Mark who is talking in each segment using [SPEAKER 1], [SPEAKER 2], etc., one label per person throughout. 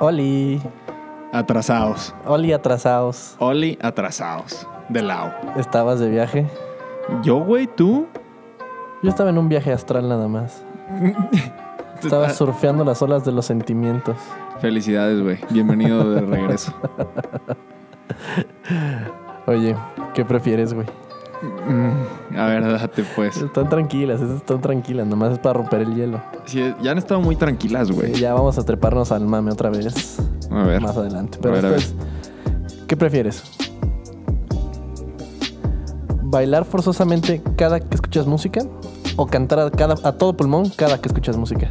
[SPEAKER 1] Oli,
[SPEAKER 2] Atrasados.
[SPEAKER 1] Oli atrasados.
[SPEAKER 2] Oli, atrasados. De lado.
[SPEAKER 1] ¿Estabas de viaje?
[SPEAKER 2] Yo, güey, tú.
[SPEAKER 1] Yo estaba en un viaje astral nada más. Estaba surfeando las olas de los sentimientos.
[SPEAKER 2] Ah, Felicidades, güey. Bienvenido de regreso.
[SPEAKER 1] Oye, ¿qué prefieres, güey?
[SPEAKER 2] Mm, A ver, date pues.
[SPEAKER 1] Están tranquilas, estas están tranquilas, nomás es para romper el hielo.
[SPEAKER 2] Sí, ya han estado muy tranquilas, güey.
[SPEAKER 1] Ya vamos a treparnos al mame otra vez
[SPEAKER 2] A ver.
[SPEAKER 1] más adelante. Pero
[SPEAKER 2] A ver, a ver.
[SPEAKER 1] esto es- ¿qué prefieres? ¿Bailar forzosamente cada que escuchas música? ¿O cantar a, cada, a todo pulmón cada que escuchas música?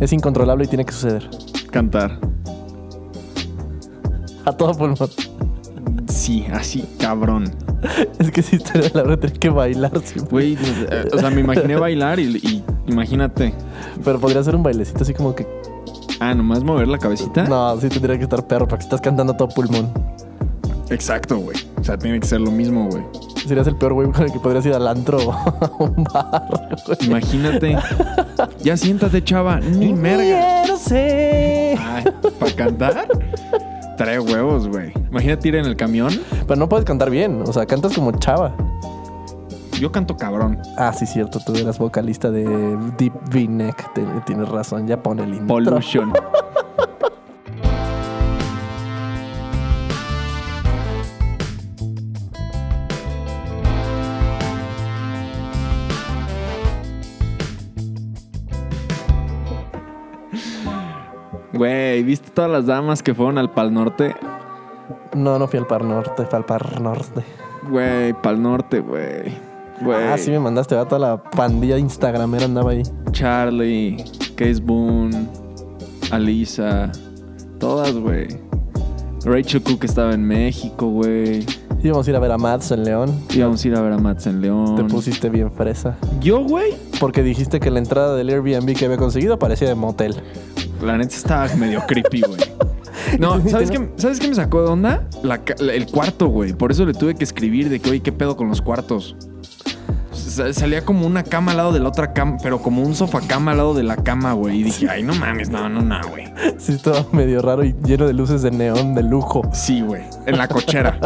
[SPEAKER 1] Es incontrolable y tiene que suceder.
[SPEAKER 2] Cantar.
[SPEAKER 1] A todo pulmón.
[SPEAKER 2] Sí, así, cabrón.
[SPEAKER 1] Es que si está de la hora de tener que bailar siempre.
[SPEAKER 2] Güey, eh, o sea, me imaginé bailar y, y imagínate.
[SPEAKER 1] Pero podría ser un bailecito así como que.
[SPEAKER 2] Ah, nomás mover la cabecita.
[SPEAKER 1] No, sí tendría que estar perro porque estás cantando a todo pulmón.
[SPEAKER 2] Exacto, güey. O sea, tiene que ser lo mismo, güey.
[SPEAKER 1] Serías el peor güey con el que podrías ir al antro o a un bar. güey.
[SPEAKER 2] Imagínate. ya siéntate, chava. Ni merga.
[SPEAKER 1] Quiero ser.
[SPEAKER 2] ¿Para cantar? Trae huevos, güey. Imagínate ir en el camión.
[SPEAKER 1] Pero no puedes cantar bien, o sea, cantas como chava.
[SPEAKER 2] Yo canto cabrón.
[SPEAKER 1] Ah, sí, cierto, tú eras vocalista de Deep V-Neck, te- tienes razón, ya pone el intro.
[SPEAKER 2] Pollution. Güey, ¿viste todas las damas que fueron al Pal Norte?
[SPEAKER 1] No, no fui al Par Norte, fui al Par Norte.
[SPEAKER 2] Güey, Pal Norte, güey. Güey.
[SPEAKER 1] Ah, sí me mandaste, va toda la pandilla instagramera andaba ahí.
[SPEAKER 2] Charlie, Case Boone, Alisa, todas, güey. Rachel Cook estaba en México, güey.
[SPEAKER 1] Íbamos a ir a ver a Mads en León,
[SPEAKER 2] Íbamos a ir a ver a Mats en León.
[SPEAKER 1] te pusiste bien fresa.
[SPEAKER 2] ¿Yo, güey?
[SPEAKER 1] Porque dijiste que la entrada del Airbnb que había conseguido parecía de motel.
[SPEAKER 2] La neta estaba medio creepy, güey. No, ¿sabes qué, ¿sabes qué me sacó de onda? La ca- la- el cuarto, güey. Por eso le tuve que escribir de que, oye, ¿qué pedo con los cuartos? Sa- Salía como una cama al lado de la otra cama, pero como un sofá cama al lado de la cama, güey. Y dije, ay, no mames, no, no, no, güey.
[SPEAKER 1] Sí, estaba medio raro y lleno de luces de neón de lujo.
[SPEAKER 2] Sí, güey. En la cochera.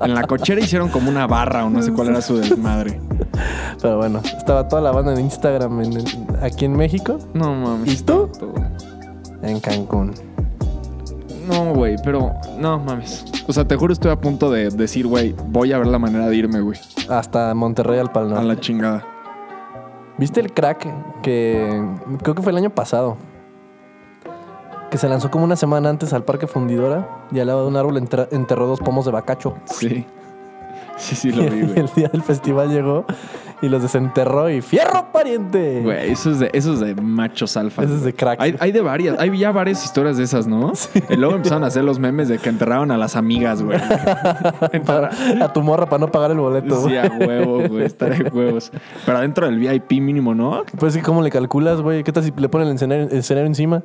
[SPEAKER 2] en la cochera hicieron como una barra o no sé cuál era su desmadre.
[SPEAKER 1] Pero bueno, estaba toda la banda en Instagram en el- aquí en México,
[SPEAKER 2] No mames.
[SPEAKER 1] ¿Y tú?
[SPEAKER 2] todo.
[SPEAKER 1] en Cancún.
[SPEAKER 2] No, güey, pero no mames. O sea, te juro, estoy a punto de decir, güey, voy a ver la manera de irme, güey.
[SPEAKER 1] Hasta Monterrey al Pal
[SPEAKER 2] A
[SPEAKER 1] Norte.
[SPEAKER 2] la chingada.
[SPEAKER 1] ¿Viste el crack que creo que fue el año pasado? Que se lanzó como una semana antes al Parque Fundidora y al lado de un árbol entra- enterró dos pomos de bacacho.
[SPEAKER 2] Sí. Sí, sí,
[SPEAKER 1] Y
[SPEAKER 2] lo vi, güey.
[SPEAKER 1] el día del festival llegó y los desenterró y ¡Fierro, pariente!
[SPEAKER 2] Güey, eso es de, eso es de machos alfa.
[SPEAKER 1] Ese es
[SPEAKER 2] güey.
[SPEAKER 1] de crack.
[SPEAKER 2] Hay, hay de varias, hay ya varias historias de esas, ¿no? Y luego empezaron a hacer los memes de que enterraron a las amigas, güey.
[SPEAKER 1] Para- a tu morra para no pagar el boleto.
[SPEAKER 2] Sí,
[SPEAKER 1] güey.
[SPEAKER 2] a huevo, güey. Está de huevos. Pero adentro del VIP mínimo, ¿no?
[SPEAKER 1] Pues sí, ¿cómo le calculas, güey? ¿Qué tal si le ponen el escenario, el escenario encima?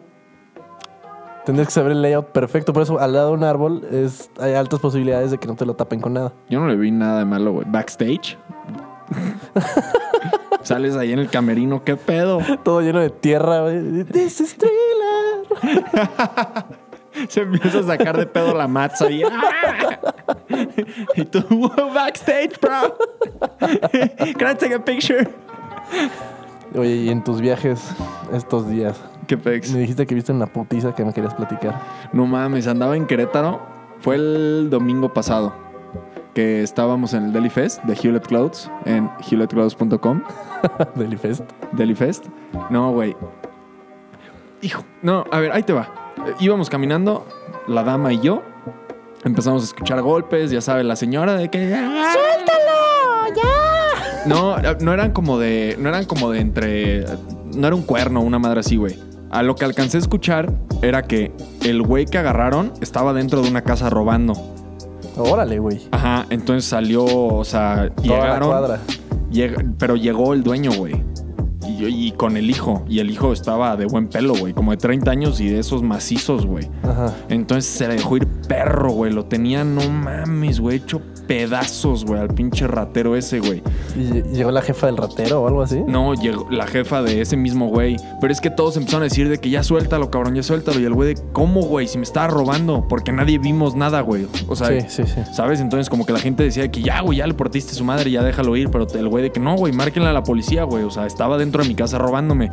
[SPEAKER 1] Tendrías que saber el layout perfecto. Por eso, al lado de un árbol es, hay altas posibilidades de que no te lo tapen con nada.
[SPEAKER 2] Yo no le vi nada de malo, güey. Backstage. Sales ahí en el camerino, ¿qué pedo?
[SPEAKER 1] Todo lleno de tierra, güey. This is thriller.
[SPEAKER 2] Se empieza a sacar de pedo la matza y... ¡ah! y tú, "Wow, backstage, bro. Can I take a picture?
[SPEAKER 1] Oye, y en tus viajes estos días,
[SPEAKER 2] ¿Qué pex?
[SPEAKER 1] me dijiste que viste una putiza que me querías platicar.
[SPEAKER 2] No mames, andaba en Querétaro. Fue el domingo pasado que estábamos en el Deli Fest de Hewlett Clouds en hewlettclouds.com.
[SPEAKER 1] Del IFEST.
[SPEAKER 2] Delifest. No, güey. Hijo. No, a ver, ahí te va. Eh, Íbamos caminando, la dama y yo. Empezamos a escuchar golpes, ya sabe la señora de que "Ah,
[SPEAKER 3] ¡Suéltalo! ¡Ya!
[SPEAKER 2] no, eh, no eran como de no eran como de entre no era un cuerno, una madre así, güey. A lo que alcancé a escuchar era que el güey que agarraron estaba dentro de una casa robando.
[SPEAKER 1] Órale, güey.
[SPEAKER 2] Ajá, entonces salió, o sea,
[SPEAKER 1] Toda la
[SPEAKER 2] llegaron
[SPEAKER 1] cuadra.
[SPEAKER 2] Llega- pero llegó el dueño, güey. Y, yo- y con el hijo. Y el hijo estaba de buen pelo, güey. Como de 30 años y de esos macizos, güey.
[SPEAKER 1] Ajá.
[SPEAKER 2] Entonces se le dejó ir perro, güey. Lo tenía, no mames, güey. Hecho pedazos, güey, al pinche ratero ese, güey.
[SPEAKER 1] Y lle- llegó la jefa del ratero o algo así.
[SPEAKER 2] No, llegó la jefa de ese mismo güey. Pero es que todos empezaron a decir de que ya suéltalo, cabrón, ya suéltalo. Y el güey de, ¿cómo, güey? Si me estaba robando. Porque nadie vimos nada, güey. O sea,
[SPEAKER 1] sí, sí, sí.
[SPEAKER 2] ¿sabes? Entonces como que la gente decía de que ya, güey, ya le portiste su madre, ya déjalo ir. Pero el güey de que no, güey, márquenle a la policía, güey. O sea, estaba dentro de mi casa robándome.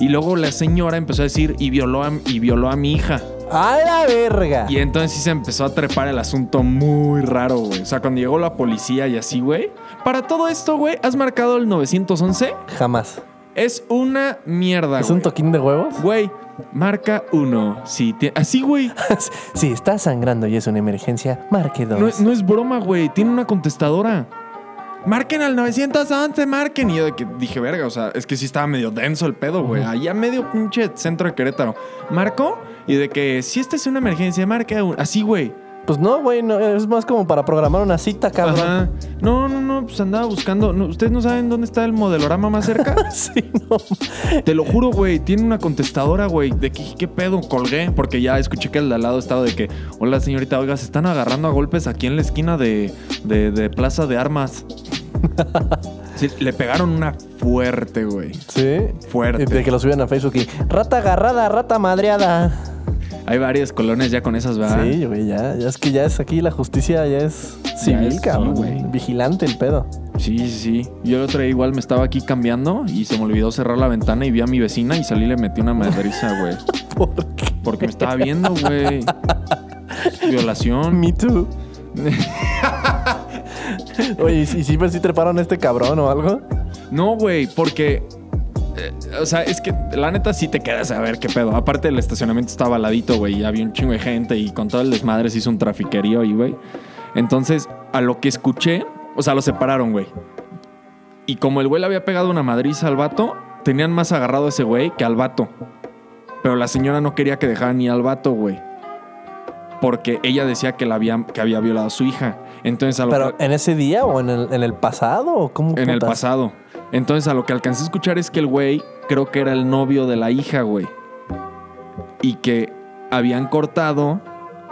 [SPEAKER 2] Y luego la señora empezó a decir, y violó a, y violó a mi hija.
[SPEAKER 1] ¡A la verga!
[SPEAKER 2] Y entonces sí se empezó a trepar el asunto muy raro, güey. O sea, cuando llegó la policía y así, güey. Para todo esto, güey, has marcado el 911.
[SPEAKER 1] Jamás.
[SPEAKER 2] Es una mierda,
[SPEAKER 1] ¿Es un
[SPEAKER 2] güey.
[SPEAKER 1] toquín de huevos?
[SPEAKER 2] Güey, marca uno. Sí, ti- así, güey.
[SPEAKER 1] si está sangrando y es una emergencia, marque dos.
[SPEAKER 2] No, no es broma, güey. Tiene una contestadora. Marquen al 911, marquen. Y yo de que dije, verga, o sea, es que sí estaba medio denso el pedo, güey. Allá medio pinche centro de Querétaro. Marco y de que si esta es una emergencia, marca uno. Así, güey.
[SPEAKER 1] Pues no, güey, no, es más como para programar una cita, cabrón.
[SPEAKER 2] Ajá. No, no, no, pues andaba buscando. No, ¿Ustedes no saben dónde está el modelorama más cerca?
[SPEAKER 1] Sí, no.
[SPEAKER 2] Te lo juro, güey. Tiene una contestadora, güey. De que, ¿qué pedo? Colgué. Porque ya escuché que el de al lado estaba de que, hola señorita, oiga, se están agarrando a golpes aquí en la esquina de, de, de Plaza de Armas. Sí, le pegaron una fuerte, güey.
[SPEAKER 1] Sí.
[SPEAKER 2] Fuerte.
[SPEAKER 1] De que lo suben a Facebook y rata agarrada, rata madreada.
[SPEAKER 2] Hay varias colonias ya con esas, ¿verdad?
[SPEAKER 1] Sí, güey, ya, ya es que ya es aquí la justicia, ya es civil,
[SPEAKER 2] es-
[SPEAKER 1] cabrón.
[SPEAKER 2] sí, güey.
[SPEAKER 1] Vigilante el pedo.
[SPEAKER 2] Sí, sí, sí. Yo el otro día igual me estaba aquí cambiando y se me olvidó cerrar la ventana y vi a mi vecina y salí y le metí una madriza, güey.
[SPEAKER 1] ¿Por qué?
[SPEAKER 2] Porque me estaba viendo, güey. Violación.
[SPEAKER 1] Me too. Oye, ¿y si, y si, pues, sí treparon a este cabrón o algo?
[SPEAKER 2] No, güey, porque. eh, O sea, es que la neta sí te quedas a ver qué pedo. Aparte, el estacionamiento estaba al ladito, güey. y había un chingo de gente y con todo el desmadre se hizo un trafiquerío ahí, güey. Entonces, a lo que escuché, o sea, lo separaron, güey. Y como el güey le había pegado una madriza al vato, tenían más agarrado a ese güey que al vato. Pero la señora no quería que dejara ni al vato, güey. Porque ella decía que, la había, que había violado a su hija. Entonces, a lo
[SPEAKER 1] ¿Pero
[SPEAKER 2] que-
[SPEAKER 1] en ese día o en el, en el pasado? ¿O cómo
[SPEAKER 2] en el
[SPEAKER 1] putas?
[SPEAKER 2] pasado. Entonces, a lo que alcancé a escuchar es que el güey creo que era el novio de la hija, güey. Y que habían cortado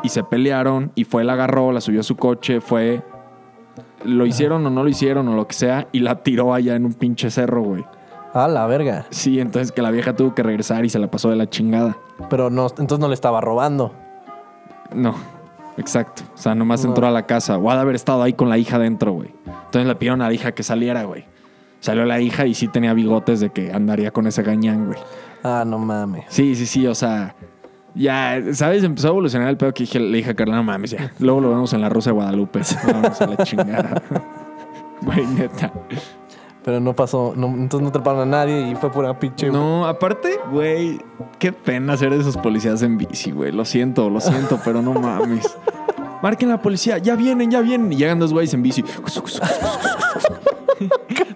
[SPEAKER 2] y se pelearon y fue, la agarró, la subió a su coche, fue... Lo hicieron o no lo hicieron o lo que sea y la tiró allá en un pinche cerro, güey.
[SPEAKER 1] A la verga.
[SPEAKER 2] Sí, entonces que la vieja tuvo que regresar y se la pasó de la chingada.
[SPEAKER 1] Pero no, entonces no le estaba robando.
[SPEAKER 2] No, exacto. O sea, nomás entró a la casa. O ha de haber estado ahí con la hija dentro, güey. Entonces le pidieron a la hija que saliera, güey. Salió la hija y sí tenía bigotes de que andaría con ese gañán, güey.
[SPEAKER 1] Ah, no mames.
[SPEAKER 2] Sí, sí, sí, o sea. Ya, ¿sabes? Empezó a evolucionar el pedo que dije, le dije a Carla, no mames, ya. Luego lo vemos en la Rosa de Guadalupe. Vamos a la chingada. Güey, neta.
[SPEAKER 1] Pero no pasó, no- entonces no treparon a nadie y fue pura pinche.
[SPEAKER 2] No, aparte, güey, qué pena ser de esos policías en bici, güey. Lo siento, lo siento, pero no mames. Marquen la policía, ya vienen, ya vienen. Y llegan dos güeyes en bici.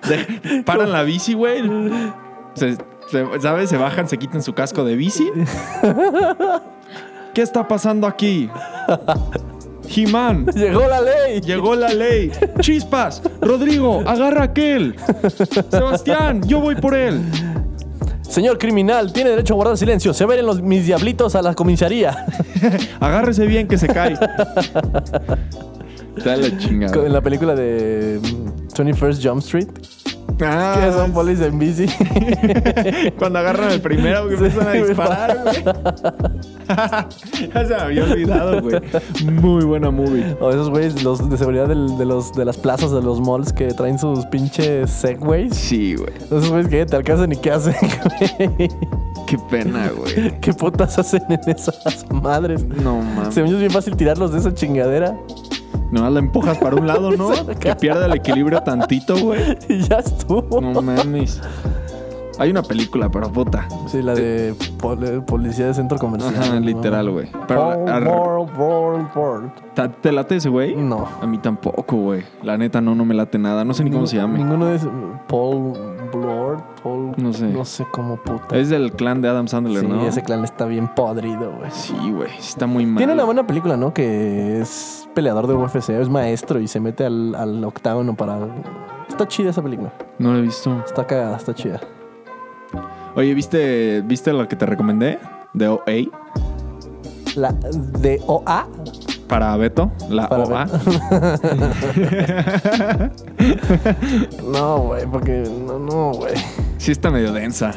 [SPEAKER 2] De- paran la bici, güey. Se- se- ¿Sabes? Se bajan, se quitan su casco de bici. ¿Qué está pasando aquí? He-Man,
[SPEAKER 1] Llegó la ley.
[SPEAKER 2] Llegó la ley. Chispas, Rodrigo, agarra a aquel. Sebastián, yo voy por él.
[SPEAKER 1] Señor criminal, tiene derecho a guardar silencio. Se ven los, mis diablitos a la comisaría.
[SPEAKER 2] Ah. Agárrese bien que se cae. Dale chingada.
[SPEAKER 1] En la película de mm, 21st Jump Street, que
[SPEAKER 2] Ah,
[SPEAKER 1] son polis en bici.
[SPEAKER 2] cuando agarran el primero que
[SPEAKER 1] Sí,
[SPEAKER 2] empiezan a
[SPEAKER 1] güey.
[SPEAKER 2] disparar, güey. ya se me había olvidado, güey. Muy buena movie.
[SPEAKER 1] o esos güeyes los de seguridad del- de, los, de las plazas, de los malls que traen sus pinches segways.
[SPEAKER 2] Sí, güey.
[SPEAKER 1] Esos güeyes que te alcanzan y qué hacen, güey.
[SPEAKER 2] Qué pena, güey.
[SPEAKER 1] ¿Qué putas hacen en esas madres?
[SPEAKER 2] No mames.
[SPEAKER 1] Se me hizo bien fácil tirarlos de esa chingadera
[SPEAKER 2] Nomás la empujas para un lado, ¿no? Que pierda el equilibrio tantito, güey.
[SPEAKER 1] y ya estuvo.
[SPEAKER 2] No mames. Hay una película, pero puta.
[SPEAKER 1] Sí, la de pol- policía de centro comercial.
[SPEAKER 2] Ajá,
[SPEAKER 1] ¿no? Oh,
[SPEAKER 2] literal, güey. Pero
[SPEAKER 1] Paul
[SPEAKER 2] ar-
[SPEAKER 1] World, World, World.
[SPEAKER 2] ¿ta- ¿te late ese güey?
[SPEAKER 1] No.
[SPEAKER 2] A mí tampoco, güey. La neta, no, no me late nada. No sé ni cómo se llama.
[SPEAKER 1] Ninguno es Paul Blord, Paul.
[SPEAKER 2] No sé.
[SPEAKER 1] No sé cómo puta.
[SPEAKER 2] Es del clan de Adam Sandler,
[SPEAKER 1] sí,
[SPEAKER 2] ¿no?
[SPEAKER 1] ese clan está bien podrido, güey.
[SPEAKER 2] Sí, güey. Está muy mal.
[SPEAKER 1] Tiene una buena película, ¿no? Que es peleador de UFC, es maestro y se mete al, al octágono para. Está chida esa película.
[SPEAKER 2] No lo he visto.
[SPEAKER 1] Está cagada, está chida.
[SPEAKER 2] Oye, ¿viste, ¿viste lo que te recomendé? De OA.
[SPEAKER 1] La de OA.
[SPEAKER 2] Para Beto, la
[SPEAKER 1] Para
[SPEAKER 2] OA.
[SPEAKER 1] No, güey, porque no, no, güey.
[SPEAKER 2] Sí está medio densa.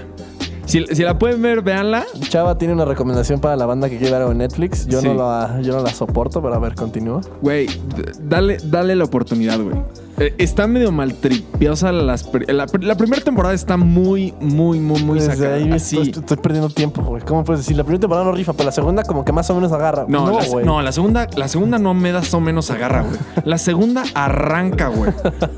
[SPEAKER 2] Si, si la pueden ver, véanla.
[SPEAKER 1] Chava tiene una recomendación para la banda que quiere ver en Netflix. Yo, no
[SPEAKER 2] Sí.
[SPEAKER 1] la, yo no la soporto, pero a ver, continúa.
[SPEAKER 2] Güey, d- dale, dale la oportunidad, güey. Eh, está medio maltripiosa las pri- la, la primera temporada está muy, muy, muy, muy
[SPEAKER 1] Desde
[SPEAKER 2] sacada.
[SPEAKER 1] ahí
[SPEAKER 2] así.
[SPEAKER 1] estoy, estoy perdiendo tiempo, güey. ¿Cómo puedes decir? La primera temporada no rifa, pero la segunda como que más o menos agarra.
[SPEAKER 2] No,
[SPEAKER 1] No,
[SPEAKER 2] la,
[SPEAKER 1] güey.
[SPEAKER 2] no, la segunda, la segunda no me da o menos agarra, güey. La segunda arranca, güey.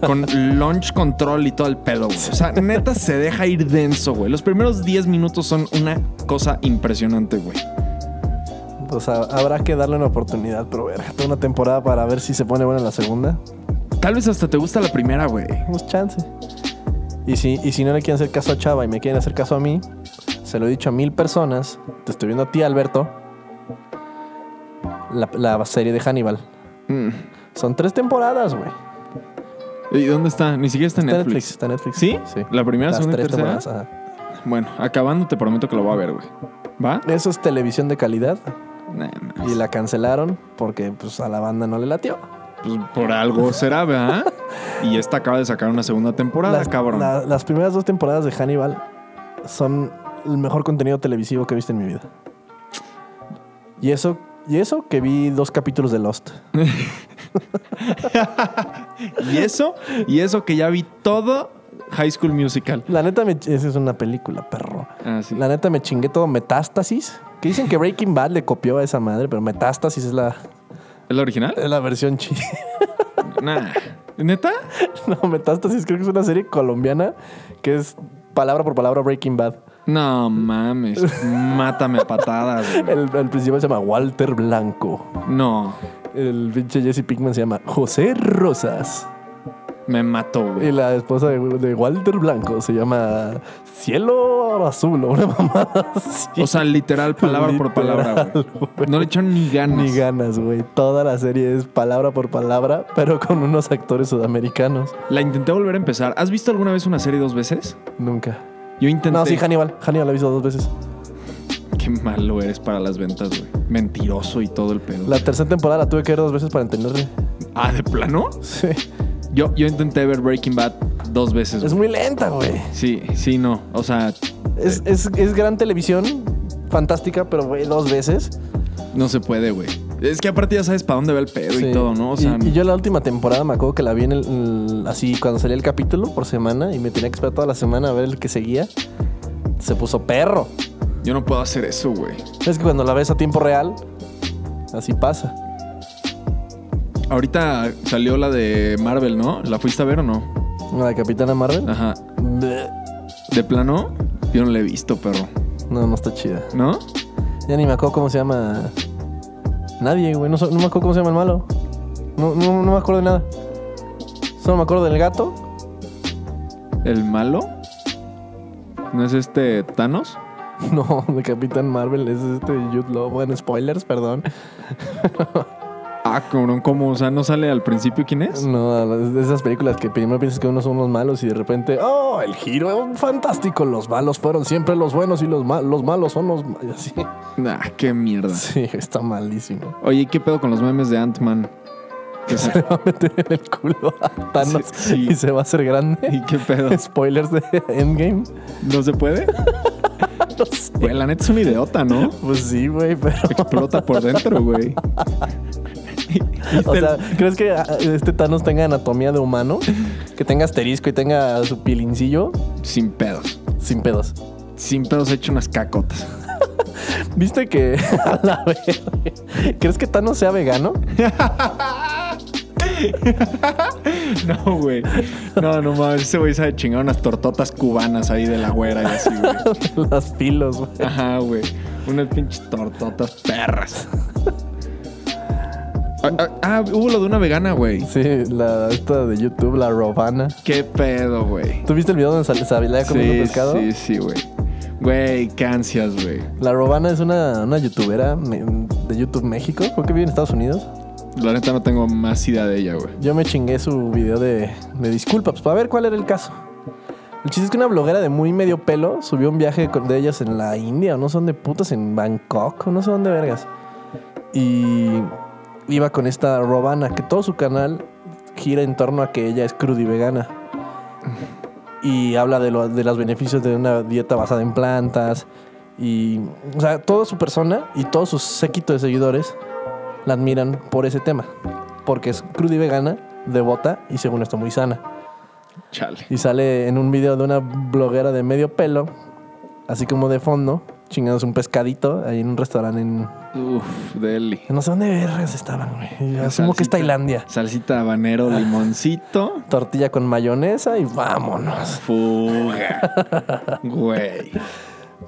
[SPEAKER 2] Con launch control y todo el pedo, güey. O sea, neta se deja ir denso, güey. Los primeros 10 minutos son una cosa impresionante, güey.
[SPEAKER 1] O sea, habrá que darle una oportunidad, pero verga, toda una temporada para ver si se pone buena la segunda.
[SPEAKER 2] Tal vez hasta te gusta la primera, güey.
[SPEAKER 1] Tenemos chance. Y si, y si no le quieren hacer caso a Chava y me quieren hacer caso a mí, se lo he dicho a mil personas. Te estoy viendo a ti, Alberto. La, la serie de Hannibal.
[SPEAKER 2] Mm.
[SPEAKER 1] Son tres temporadas, güey.
[SPEAKER 2] ¿Y dónde está? Ni siquiera está en
[SPEAKER 1] Está en
[SPEAKER 2] Netflix.
[SPEAKER 1] Netflix, está en Netflix.
[SPEAKER 2] ¿Sí? ¿La primera,
[SPEAKER 1] Las
[SPEAKER 2] segunda y
[SPEAKER 1] tres
[SPEAKER 2] tercera?
[SPEAKER 1] temporadas, ajá.
[SPEAKER 2] Bueno, acabando te prometo que lo voy a ver, güey. ¿Va?
[SPEAKER 1] Eso es televisión de calidad
[SPEAKER 2] Nah, nah.
[SPEAKER 1] y la cancelaron porque pues a la banda no le latió.
[SPEAKER 2] Pues por algo será, ¿verdad? y esta acaba de sacar una segunda temporada,
[SPEAKER 1] las,
[SPEAKER 2] cabrón.
[SPEAKER 1] la- las primeras dos temporadas de Hannibal son el mejor contenido televisivo que he visto en mi vida. Y eso, y eso que vi dos capítulos de Lost.
[SPEAKER 2] Y eso, y eso que ya vi todo High School Musical.
[SPEAKER 1] La neta, me, ch- esa es una película, perro.
[SPEAKER 2] Ah, sí.
[SPEAKER 1] La neta, me chingué todo Metástasis. Que dicen que Breaking Bad le copió a esa madre, pero Metástasis es la,
[SPEAKER 2] ¿Es la original?
[SPEAKER 1] es la versión chida.
[SPEAKER 2] nah. ¿Neta?
[SPEAKER 1] No, Metástasis creo que es una serie colombiana que es palabra por palabra Breaking Bad.
[SPEAKER 2] No mames. Mátame a patadas, güey.
[SPEAKER 1] El, el principal se llama Walter Blanco.
[SPEAKER 2] No.
[SPEAKER 1] El pinche Jesse Pinkman se llama José Rosas.
[SPEAKER 2] Me mató,
[SPEAKER 1] Y
[SPEAKER 2] güey.
[SPEAKER 1] la esposa de, de Walter Blanco se llama Cielo Azul o una mamada así.
[SPEAKER 2] O sea, literal, palabra por palabra, güey.
[SPEAKER 1] Literal,
[SPEAKER 2] No le echaron ni ganas.
[SPEAKER 1] Ni ganas, güey. Toda la serie es palabra por palabra, pero con unos actores sudamericanos.
[SPEAKER 2] La intenté volver a empezar. ¿Has visto alguna vez una serie dos veces?
[SPEAKER 1] Nunca.
[SPEAKER 2] Yo intenté.
[SPEAKER 1] No, sí, Hannibal. Hannibal la he visto dos veces.
[SPEAKER 2] Qué malo eres para las ventas, güey. Mentiroso y todo el pedo.
[SPEAKER 1] La tercera temporada la tuve que ver dos veces para entenderle.
[SPEAKER 2] Ah, ¿de plano?
[SPEAKER 1] Sí.
[SPEAKER 2] Yo, yo intenté ver Breaking Bad dos veces.
[SPEAKER 1] Es
[SPEAKER 2] güey.
[SPEAKER 1] muy lenta, güey.
[SPEAKER 2] Sí, sí, no. O sea,
[SPEAKER 1] Es, es, es gran televisión, fantástica, pero, güey, dos veces.
[SPEAKER 2] no se puede, güey. Es que aparte ya sabes para dónde va el pedo
[SPEAKER 1] Sí.
[SPEAKER 2] y todo, ¿no? O sea,
[SPEAKER 1] y, y yo la última temporada me acuerdo que la vi en el- en el- así cuando salía el capítulo por semana y me tenía que esperar toda la semana a ver el que seguía. Se puso perro.
[SPEAKER 2] yo no puedo hacer eso, güey.
[SPEAKER 1] Es que cuando la ves a tiempo real, así pasa.
[SPEAKER 2] Ahorita salió la de Marvel, ¿no? ¿La fuiste a ver o no?
[SPEAKER 1] La de Capitana Marvel.
[SPEAKER 2] Ajá.
[SPEAKER 1] bleh,
[SPEAKER 2] ¿De plano? Yo no la he visto, perro.
[SPEAKER 1] No, no está chida.
[SPEAKER 2] ¿No?
[SPEAKER 1] Ya ni me acuerdo cómo se llama. Nadie, güey. No, so- no me acuerdo cómo se llama el malo. No, no, no me acuerdo de nada. Solo me acuerdo del gato.
[SPEAKER 2] ¿El malo? ¿No es este Thanos?
[SPEAKER 1] No, de Capitán Marvel es este Jude Law. Bueno, spoilers, perdón.
[SPEAKER 2] Ah, cabrón, ¿cómo? O sea, ¿no sale al principio quién es?
[SPEAKER 1] No, es de esas películas que primero piensas que unos son los malos y de repente, oh, el giro es fantástico. Los malos fueron siempre los buenos y los, ma- los malos son los. ma- y Así. Mm.
[SPEAKER 2] Ah, qué mierda.
[SPEAKER 1] Sí, está malísimo.
[SPEAKER 2] Oye, ¿qué pedo con los memes de Ant-Man? ¿Qué sa-
[SPEAKER 1] Se va a meter en el culo a Thanos
[SPEAKER 2] Sí, sí.
[SPEAKER 1] y se va a hacer grande.
[SPEAKER 2] ¿Y qué pedo?
[SPEAKER 1] Spoilers de Endgame.
[SPEAKER 2] ¿No se puede?
[SPEAKER 1] No sé.
[SPEAKER 2] Güey, la neta es un idiota, ¿no?
[SPEAKER 1] Pues sí, güey, pero.
[SPEAKER 2] Explota por dentro, güey.
[SPEAKER 1] O sea, ¿crees que ah, este Thanos tenga anatomía de humano? Que tenga asterisco y tenga su pilincillo
[SPEAKER 2] Sin pedos.
[SPEAKER 1] sin pedos.
[SPEAKER 2] Sin pedos he hecho unas cacotas.
[SPEAKER 1] ¿Viste que a la vez? ¿Crees que Thanos sea vegano?
[SPEAKER 2] No, güey. No, no mames. Ese güey sabe chingar unas tortotas cubanas ahí de la güera y así, güey.
[SPEAKER 1] Las filos, güey.
[SPEAKER 2] Ajá, güey. Unas pinches tortotas perras. Ah, ah, ah, hubo lo de una vegana, güey.
[SPEAKER 1] Sí, la esta de YouTube, la Robana.
[SPEAKER 2] ¿Qué pedo, güey?
[SPEAKER 1] ¿Tú viste el video donde sale Sabila comiendo
[SPEAKER 2] Sí,
[SPEAKER 1] pescado?
[SPEAKER 2] sí, sí, güey. Güey, qué ansias, güey.
[SPEAKER 1] La Robana es una, una youtubera me- de YouTube México, creo que vive en Estados Unidos.
[SPEAKER 2] La neta no tengo más idea de ella, güey.
[SPEAKER 1] Yo me chingué su video de, de disculpas pues, para ver cuál era el caso. El chiste es que una bloguera de muy medio pelo subió un viaje con- de ellas en la India, o no sé dónde putas, en Bangkok, o no sé dónde vergas. Y iba con esta Robana, que todo su canal gira en torno a que ella es cruda y vegana. Y habla de, lo- de los beneficios de una dieta basada en plantas. Y, o sea, toda su persona y todo su séquito de seguidores la admiran por ese tema. Porque es cruda y vegana, devota y según esto muy sana.
[SPEAKER 2] Chale.
[SPEAKER 1] Y sale en un video de una bloguera de medio pelo, así como de fondo, chingándose un pescadito ahí en un restaurante en.
[SPEAKER 2] Uf, deli.
[SPEAKER 1] No sé dónde vergas estaban, güey. Yo Asumo que es
[SPEAKER 2] Salsita.
[SPEAKER 1] Tailandia.
[SPEAKER 2] Salsita habanero, limoncito.
[SPEAKER 1] Tortilla con mayonesa y vámonos.
[SPEAKER 2] Fuga. Güey.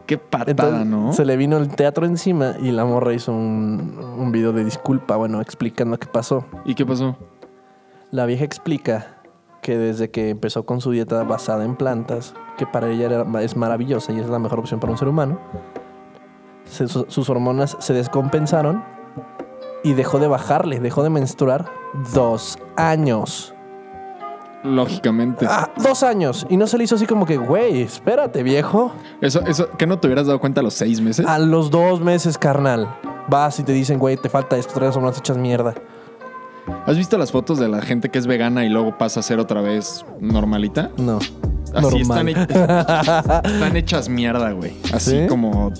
[SPEAKER 2] Qué patada,
[SPEAKER 1] Entonces
[SPEAKER 2] ¿no?
[SPEAKER 1] se le vino el teatro encima y la morra hizo un, un video de disculpa, bueno, explicando qué pasó.
[SPEAKER 2] ¿Y qué pasó?
[SPEAKER 1] La vieja explica que desde que empezó con su dieta basada en plantas, que para ella era- es maravillosa y es la mejor opción para un ser humano, se- su- sus hormonas se descompensaron y dejó de bajarle, dejó de menstruar dos años.
[SPEAKER 2] Lógicamente.
[SPEAKER 1] Ah, dos años. Y no se le hizo así como que, güey, espérate, viejo.
[SPEAKER 2] Eso, eso, ¿qué no te hubieras dado cuenta a los seis meses?
[SPEAKER 1] A los dos meses, carnal. Vas y te dicen, güey, te falta esto, traes hormonas hechas mierda.
[SPEAKER 2] ¿Has visto las fotos de la gente que es vegana y luego pasa a ser otra vez normalita?
[SPEAKER 1] No.
[SPEAKER 2] Así están,
[SPEAKER 1] Normal.
[SPEAKER 2] he- están hechas mierda, güey. Así
[SPEAKER 1] ¿Sí?
[SPEAKER 2] como. ugh.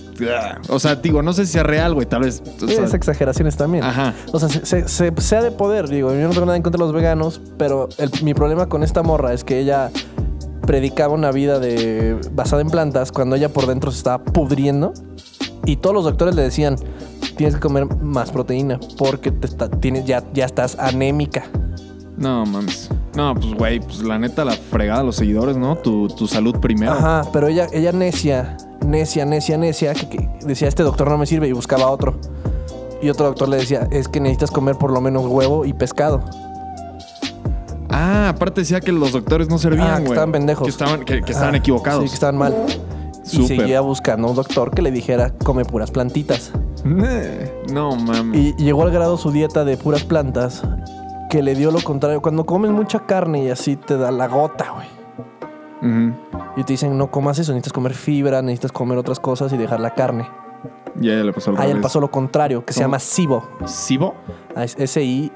[SPEAKER 2] O sea, digo, no sé si sea real, güey. Tal vez. o sea,
[SPEAKER 1] Esas exageraciones también.
[SPEAKER 2] Ajá.
[SPEAKER 1] O sea, se, se- se- sea de poder, digo, yo no tengo nada en contra de los veganos, pero el- mi problema con esta morra es que ella predicaba una vida de basada en plantas cuando ella por dentro se estaba pudriendo y todos los doctores le decían, tienes que comer más proteína porque te está- tienes, ya, ya estás anémica.
[SPEAKER 2] No mames. No, pues, güey, pues la neta, la fregada a los seguidores, ¿no? Tu, tu salud primero.
[SPEAKER 1] Ajá, pero ella, ella necia, necia, necia, necia, que, que decía, este doctor no me sirve y buscaba otro. Y otro doctor le decía, es que necesitas comer por lo menos huevo y pescado.
[SPEAKER 2] Ah, aparte decía que los doctores no servían,
[SPEAKER 1] Ah,
[SPEAKER 2] güey.
[SPEAKER 1] que estaban pendejos.
[SPEAKER 2] Que estaban, que, que estaban
[SPEAKER 1] Ah,
[SPEAKER 2] equivocados.
[SPEAKER 1] Sí, que estaban mal. Y
[SPEAKER 2] Súper.
[SPEAKER 1] seguía buscando un doctor que le dijera, come puras plantitas.
[SPEAKER 2] No mames.
[SPEAKER 1] Y llegó al grado su dieta de puras plantas, que le dio lo contrario. Cuando comes mucha carne y así te da la gota, güey.
[SPEAKER 2] Ujú.
[SPEAKER 1] Y te dicen, no comas eso, necesitas comer fibra, necesitas comer otras cosas y dejar la carne.
[SPEAKER 2] Ya, ya le pasó lo
[SPEAKER 1] A ella Ah, le pasó lo contrario, que se
[SPEAKER 2] ¿Cómo?
[SPEAKER 1] llama SIBO.
[SPEAKER 2] ¿Sibo?
[SPEAKER 1] Ah, es S-I...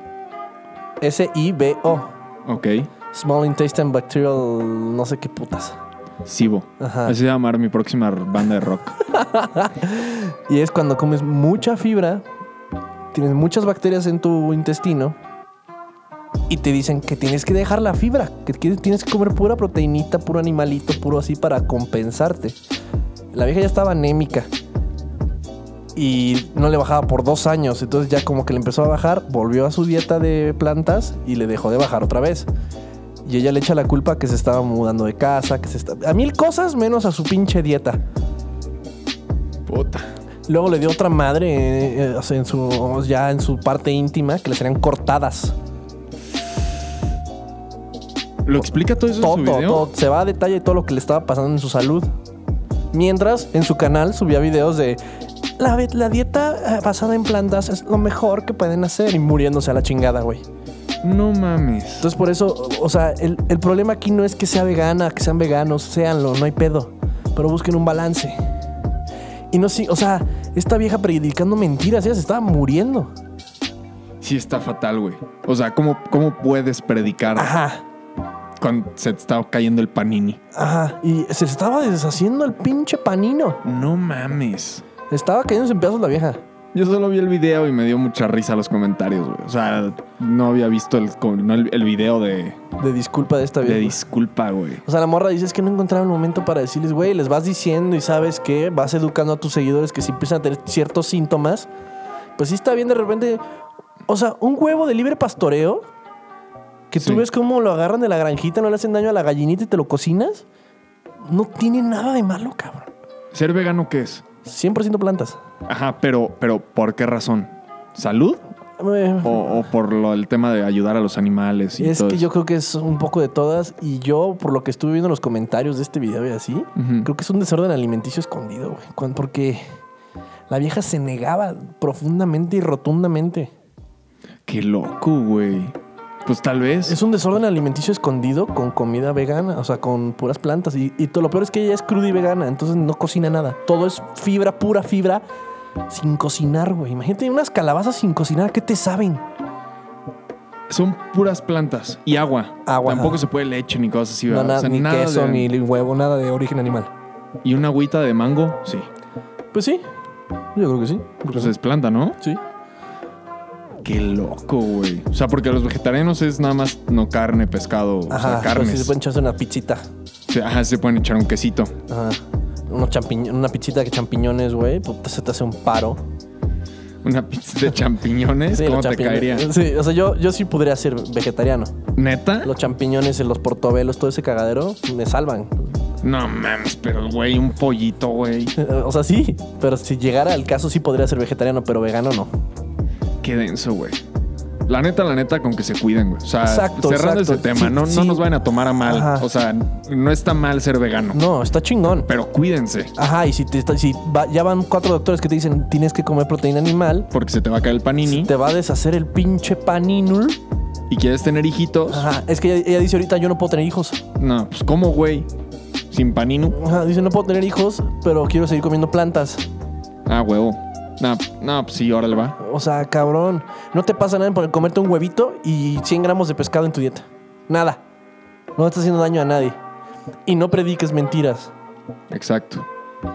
[SPEAKER 1] S-I-B-O.
[SPEAKER 2] Ok.
[SPEAKER 1] Small Intestine Bacterial... No sé qué putas.
[SPEAKER 2] Sibo.
[SPEAKER 1] Ajá.
[SPEAKER 2] Así se va a llamar mi próxima banda de rock.
[SPEAKER 1] Y es cuando comes mucha fibra, tienes muchas bacterias en tu intestino y te dicen que tienes que dejar la fibra, que que tienes que comer pura proteinita, puro animalito, puro así para compensarte. La vieja ya estaba anémica y no le bajaba por dos años, entonces ya como que le empezó a bajar, volvió a su dieta de plantas y le dejó de bajar otra vez. Y ella le echa la culpa que se estaba mudando de casa, que se está... A mil cosas menos a su pinche dieta.
[SPEAKER 2] Puta.
[SPEAKER 1] Luego le dio otra madre eh, eh, o sea, en su, ya en su parte íntima que le serían cortadas.
[SPEAKER 2] ¿Lo explica todo eso
[SPEAKER 1] Todo,
[SPEAKER 2] en su video?
[SPEAKER 1] todo. Se va a detalle todo lo que le estaba pasando en su salud. Mientras, en su canal subía videos de la, ve- la dieta eh, basada en plantas es lo mejor que pueden hacer y muriéndose a la chingada, güey.
[SPEAKER 2] No mames.
[SPEAKER 1] Entonces, por eso, o sea, el, el problema aquí no es que sea vegana, que sean veganos, séanlo, no hay pedo. Pero busquen un balance. Y no sí, o sea, esta vieja predicando mentiras, ella se estaba muriendo.
[SPEAKER 2] Sí está fatal, güey. O sea, ¿cómo, cómo puedes predicar
[SPEAKER 1] Ajá.
[SPEAKER 2] cuando se te está cayendo el panini?
[SPEAKER 1] Ajá, y se estaba deshaciendo el pinche panino.
[SPEAKER 2] No mames.
[SPEAKER 1] Estaba cayéndose en pedazos la vieja.
[SPEAKER 2] Yo solo vi el video y me dio mucha risa los comentarios, güey. O sea, no había visto el, co- no el- el video de,
[SPEAKER 1] De disculpa de esta
[SPEAKER 2] de
[SPEAKER 1] vieja.
[SPEAKER 2] disculpa, güey.
[SPEAKER 1] o sea, la morra dice "Es que no encontraba el momento para decirles, güey, les vas diciendo y sabes que vas educando a tus seguidores que si empiezan a tener ciertos síntomas, pues sí está bien de repente. O sea, un huevo de libre pastoreo que
[SPEAKER 2] Sí.
[SPEAKER 1] tú ves cómo lo agarran de la granjita, no le hacen daño a la gallinita y te lo cocinas, no tiene nada de malo, cabrón.
[SPEAKER 2] ¿Ser vegano qué es?
[SPEAKER 1] 100% plantas.
[SPEAKER 2] Ajá, pero, pero ¿por qué razón? ¿Salud?
[SPEAKER 1] Eh,
[SPEAKER 2] ¿O, o por lo- el tema de ayudar a los animales y
[SPEAKER 1] es
[SPEAKER 2] todo
[SPEAKER 1] que
[SPEAKER 2] eso?
[SPEAKER 1] yo creo que es un poco de todas y yo, por lo que estuve viendo en los comentarios de este video y así,
[SPEAKER 2] Ujú.
[SPEAKER 1] creo que es un desorden alimenticio escondido, güey. Cuan- Porque la vieja se negaba profundamente y rotundamente.
[SPEAKER 2] Qué loco, güey. Pues tal vez.
[SPEAKER 1] Es un desorden alimenticio escondido con comida vegana, o sea, con puras plantas. Y, y to- lo peor es que ella es cruda y vegana, entonces no cocina nada. Todo es fibra, pura fibra Sin cocinar, güey. Imagínate unas calabazas sin cocinar. ¿Qué te saben?
[SPEAKER 2] Son puras plantas y agua.
[SPEAKER 1] Agua,
[SPEAKER 2] Tampoco
[SPEAKER 1] ajá.
[SPEAKER 2] se puede leche ni cosas así.
[SPEAKER 1] No,
[SPEAKER 2] ¿verdad?
[SPEAKER 1] nada,
[SPEAKER 2] O sea,
[SPEAKER 1] ni
[SPEAKER 2] nada de-
[SPEAKER 1] queso, ni huevo, nada de origen animal.
[SPEAKER 2] ¿Y una agüita de mango? Sí.
[SPEAKER 1] Pues sí. Yo creo que sí.
[SPEAKER 2] Pues es planta, ¿no?
[SPEAKER 1] Sí.
[SPEAKER 2] Qué loco, güey. O sea, porque a los vegetarianos es nada más no carne, pescado,
[SPEAKER 1] Ajá. pero
[SPEAKER 2] o sea,
[SPEAKER 1] sí
[SPEAKER 2] carnes.
[SPEAKER 1] se pueden echarse una pizzita.
[SPEAKER 2] O sea, ajá, se pueden echar un quesito.
[SPEAKER 1] Ajá. Unos champiñ- una pizzita de champiñones, güey. Puta, se te hace un paro.
[SPEAKER 2] Una pizza de champiñones.
[SPEAKER 1] Sí,
[SPEAKER 2] ¿Cómo
[SPEAKER 1] los
[SPEAKER 2] te
[SPEAKER 1] champiñones.
[SPEAKER 2] caería?
[SPEAKER 1] Sí, o sea, yo, yo sí podría ser vegetariano.
[SPEAKER 2] ¿Neta?
[SPEAKER 1] Los champiñones, los portobelos, todo ese cagadero me salvan.
[SPEAKER 2] No mames, pero güey, un pollito, güey.
[SPEAKER 1] O sea, sí, pero si llegara al caso sí podría ser vegetariano, pero vegano no.
[SPEAKER 2] Qué denso, güey. La neta, la neta, con que se cuiden, güey. O sea,
[SPEAKER 1] Exacto,
[SPEAKER 2] cerrando
[SPEAKER 1] exacto.
[SPEAKER 2] ese tema,
[SPEAKER 1] Sí,
[SPEAKER 2] no,
[SPEAKER 1] sí.
[SPEAKER 2] no nos vayan a tomar a mal.
[SPEAKER 1] Ajá.
[SPEAKER 2] O sea, no está mal ser vegano,
[SPEAKER 1] No, está chingón.
[SPEAKER 2] pero cuídense,
[SPEAKER 1] Ajá, y si, te está- si va- ya van cuatro doctores que te dicen tienes que comer proteína animal,
[SPEAKER 2] porque se te va a caer el panini
[SPEAKER 1] te va a deshacer el pinche paninul.
[SPEAKER 2] y quieres tener hijitos.
[SPEAKER 1] Ajá, es que ella, ella dice ahorita yo no puedo tener hijos.
[SPEAKER 2] No, pues, ¿cómo, güey? Sin panino.
[SPEAKER 1] Ajá, dice no puedo tener hijos, pero quiero seguir comiendo plantas.
[SPEAKER 2] Ah, huevo. No, no, pues sí, órale, va.
[SPEAKER 1] O sea, cabrón, no te pasa nada por comerte un huevito y 100 gramos de pescado en tu dieta. Nada. No estás haciendo daño a nadie. Y no prediques mentiras.
[SPEAKER 2] Exacto.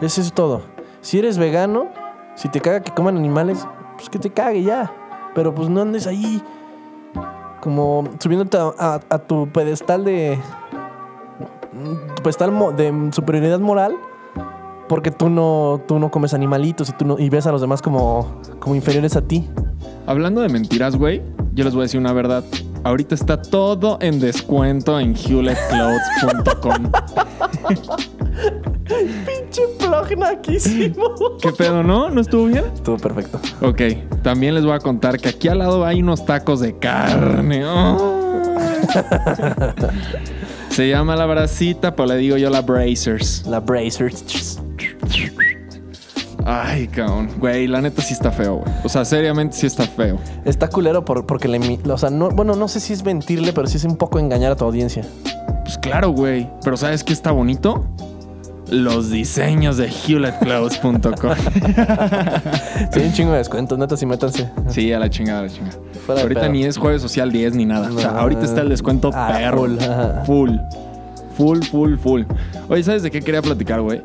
[SPEAKER 1] Eso es todo. Si eres vegano, si te caga que coman animales, pues que te cague ya. Pero pues no andes ahí como subiéndote a, a- a tu pedestal de... Tu pedestal mo- de superioridad moral porque tú no, tú no comes animalitos y, tú no, y ves a los demás como, como inferiores a ti.
[SPEAKER 2] Hablando de mentiras, güey, yo les voy a decir una verdad. Ahorita está todo en descuento en hewlettclothes.com.
[SPEAKER 1] Pinche plug naquísimo.
[SPEAKER 2] ¿Qué pedo, no? ¿No estuvo bien?
[SPEAKER 1] Estuvo perfecto.
[SPEAKER 2] Ok, también les voy a contar que aquí al lado hay unos tacos de carne. ¡Oh! Se llama la bracita, pero le digo yo la bracers.
[SPEAKER 1] La Bracers.
[SPEAKER 2] Ay, cabrón. Güey, la neta sí está feo, güey. O sea, seriamente sí está feo.
[SPEAKER 1] Está culero por- porque le... mi- O sea, no, bueno, no sé si es mentirle, pero sí es un poco engañar a tu audiencia.
[SPEAKER 2] Pues claro, güey. Pero ¿sabes qué está bonito? Los diseños de HewlettClothes.com.
[SPEAKER 1] Sí, hay un chingo de descuentos, neta, sí, métanse.
[SPEAKER 2] sí, a la chingada, a la chingada.
[SPEAKER 1] Fuera de
[SPEAKER 2] ahorita
[SPEAKER 1] pedo.
[SPEAKER 2] ni es jueves social 10 ni nada. o sea,
[SPEAKER 1] No.
[SPEAKER 2] ahorita está el descuento
[SPEAKER 1] Ah,
[SPEAKER 2] perro.
[SPEAKER 1] full, ajá.
[SPEAKER 2] Full. Full, full, full. Oye, ¿sabes de qué quería platicar, güey?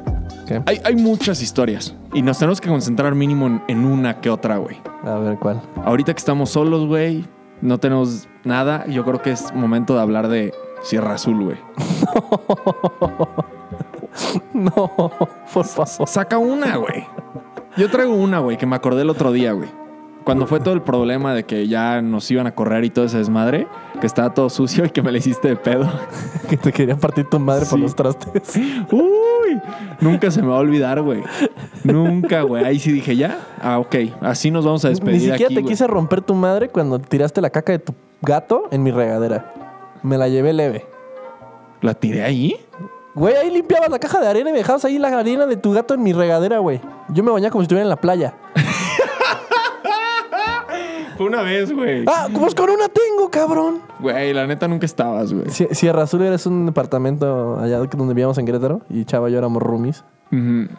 [SPEAKER 1] ¿Qué?
[SPEAKER 2] Hay, hay muchas historias y nos tenemos que concentrar mínimo en, en una que otra, güey.
[SPEAKER 1] A ver cuál.
[SPEAKER 2] Ahorita que estamos solos, güey, no tenemos nada. Yo creo que es momento de hablar de Sierra Azul, güey.
[SPEAKER 1] No, por favor.
[SPEAKER 2] Saca una, güey. Yo traigo una, güey, que me acordé el otro día, güey. Cuando fue todo el problema de que ya nos iban a correr y todo ese desmadre, que estaba todo sucio y que me la hiciste de pedo.
[SPEAKER 1] Que te quería partir tu madre por
[SPEAKER 2] Sí.
[SPEAKER 1] los trastes.
[SPEAKER 2] Uy, nunca se me va a olvidar, güey. Nunca, güey. Ahí sí dije, ya. Ah, ok. Así nos vamos a despedir.
[SPEAKER 1] Ni siquiera
[SPEAKER 2] aquí,
[SPEAKER 1] te
[SPEAKER 2] güey.
[SPEAKER 1] quise romper tu madre cuando tiraste la caca de tu gato en mi regadera. Me la llevé leve.
[SPEAKER 2] ¿La tiré ahí?
[SPEAKER 1] Güey, ahí limpiabas la caja de arena y me dejabas ahí la arena de tu gato en mi regadera, güey. Yo me bañaba como si estuviera en la playa.
[SPEAKER 2] Fue una vez, güey.
[SPEAKER 1] ¡Ah! Pues con una tengo, cabrón.
[SPEAKER 2] Güey, la neta nunca estabas, güey.
[SPEAKER 1] Sie- Sierra Azul eres un departamento allá donde vivíamos en Querétaro y Chava y yo éramos roomies.
[SPEAKER 2] Ujú.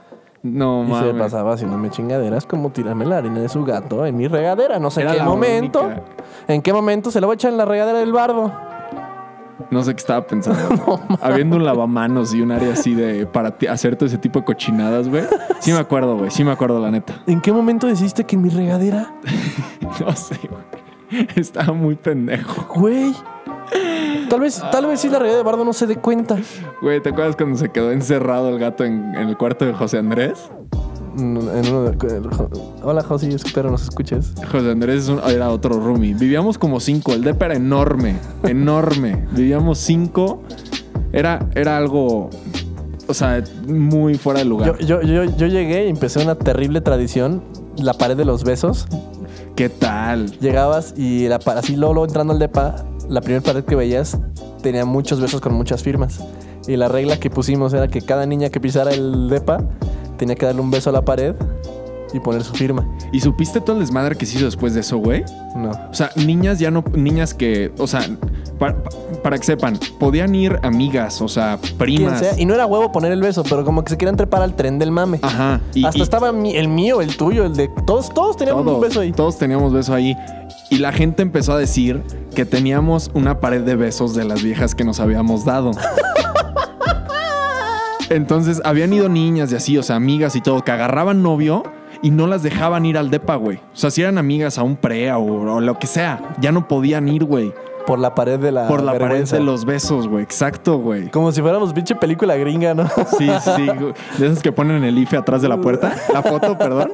[SPEAKER 2] No,
[SPEAKER 1] Y se
[SPEAKER 2] mames.
[SPEAKER 1] pasaba haciéndome chingaderas como tirarme la harina de su gato en mi regadera. No sé en
[SPEAKER 2] Era
[SPEAKER 1] qué
[SPEAKER 2] la
[SPEAKER 1] momento.
[SPEAKER 2] única.
[SPEAKER 1] ¿En qué momento se la voy a echar en la regadera del bardo?
[SPEAKER 2] No sé qué estaba pensando. güey. Habiendo un lavamanos y un área así de para ti- hacer todo ese tipo de cochinadas, güey. Sí me acuerdo, güey. Sí me acuerdo, la neta.
[SPEAKER 1] ¿En qué momento decidiste que en mi regadera?
[SPEAKER 2] No sé, güey. Estaba muy pendejo.
[SPEAKER 1] Güey. Tal vez, tal vez sí la regadera del bardo no se dé cuenta.
[SPEAKER 2] Güey, ¿te acuerdas cuando se quedó encerrado el gato en, en el cuarto de José Andrés?
[SPEAKER 1] Mm, en uno de- Hola, José, espero nos escuches.
[SPEAKER 2] José Andrés es un- era otro roomie. Vivíamos como cinco. El depa era enorme, enorme. Vivíamos cinco. Era, era algo, o sea, muy fuera de
[SPEAKER 1] Yo,
[SPEAKER 2] lugar.
[SPEAKER 1] yo, yo, yo llegué y empecé una terrible tradición, la pared de los besos.
[SPEAKER 2] ¿Qué tal?
[SPEAKER 1] Llegabas y la pa- así luego, luego entrando al depa, la primera pared que veías tenía muchos besos con muchas firmas. Y la regla que pusimos era que cada niña que pisara el depa tenía que darle un beso a la pared y poner su firma.
[SPEAKER 2] ¿Y supiste todo el desmadre que se hizo después de eso, güey?
[SPEAKER 1] No.
[SPEAKER 2] O sea, niñas ya no, niñas que, o sea, Para, para que sepan, podían ir amigas, o sea,
[SPEAKER 1] Quien
[SPEAKER 2] primas.
[SPEAKER 1] sea. Y no era huevo poner el beso, pero como que se querían trepar al tren del mame.
[SPEAKER 2] Ajá. Ah, Y,
[SPEAKER 1] Hasta
[SPEAKER 2] y
[SPEAKER 1] estaba mi- el mío, el tuyo, el de. Todos, todos teníamos
[SPEAKER 2] todos,
[SPEAKER 1] un beso ahí.
[SPEAKER 2] Todos teníamos beso ahí. Y la gente empezó a decir que teníamos una pared de besos de las viejas que nos habíamos dado. Entonces habían ido niñas y así, o sea, amigas y todo, que agarraban novio y no las dejaban ir al depa, güey. O sea, si eran amigas a un prea o, o lo que sea, ya no podían ir, güey.
[SPEAKER 1] Por la pared de la.
[SPEAKER 2] por la pared
[SPEAKER 1] Ah, vergüenza.
[SPEAKER 2] de los besos, güey. Exacto, güey.
[SPEAKER 1] Como si fuéramos pinche película gringa, ¿no?
[SPEAKER 2] Sí, sí, güey. de esas que ponen el IFE atrás de la puerta, la foto, perdón.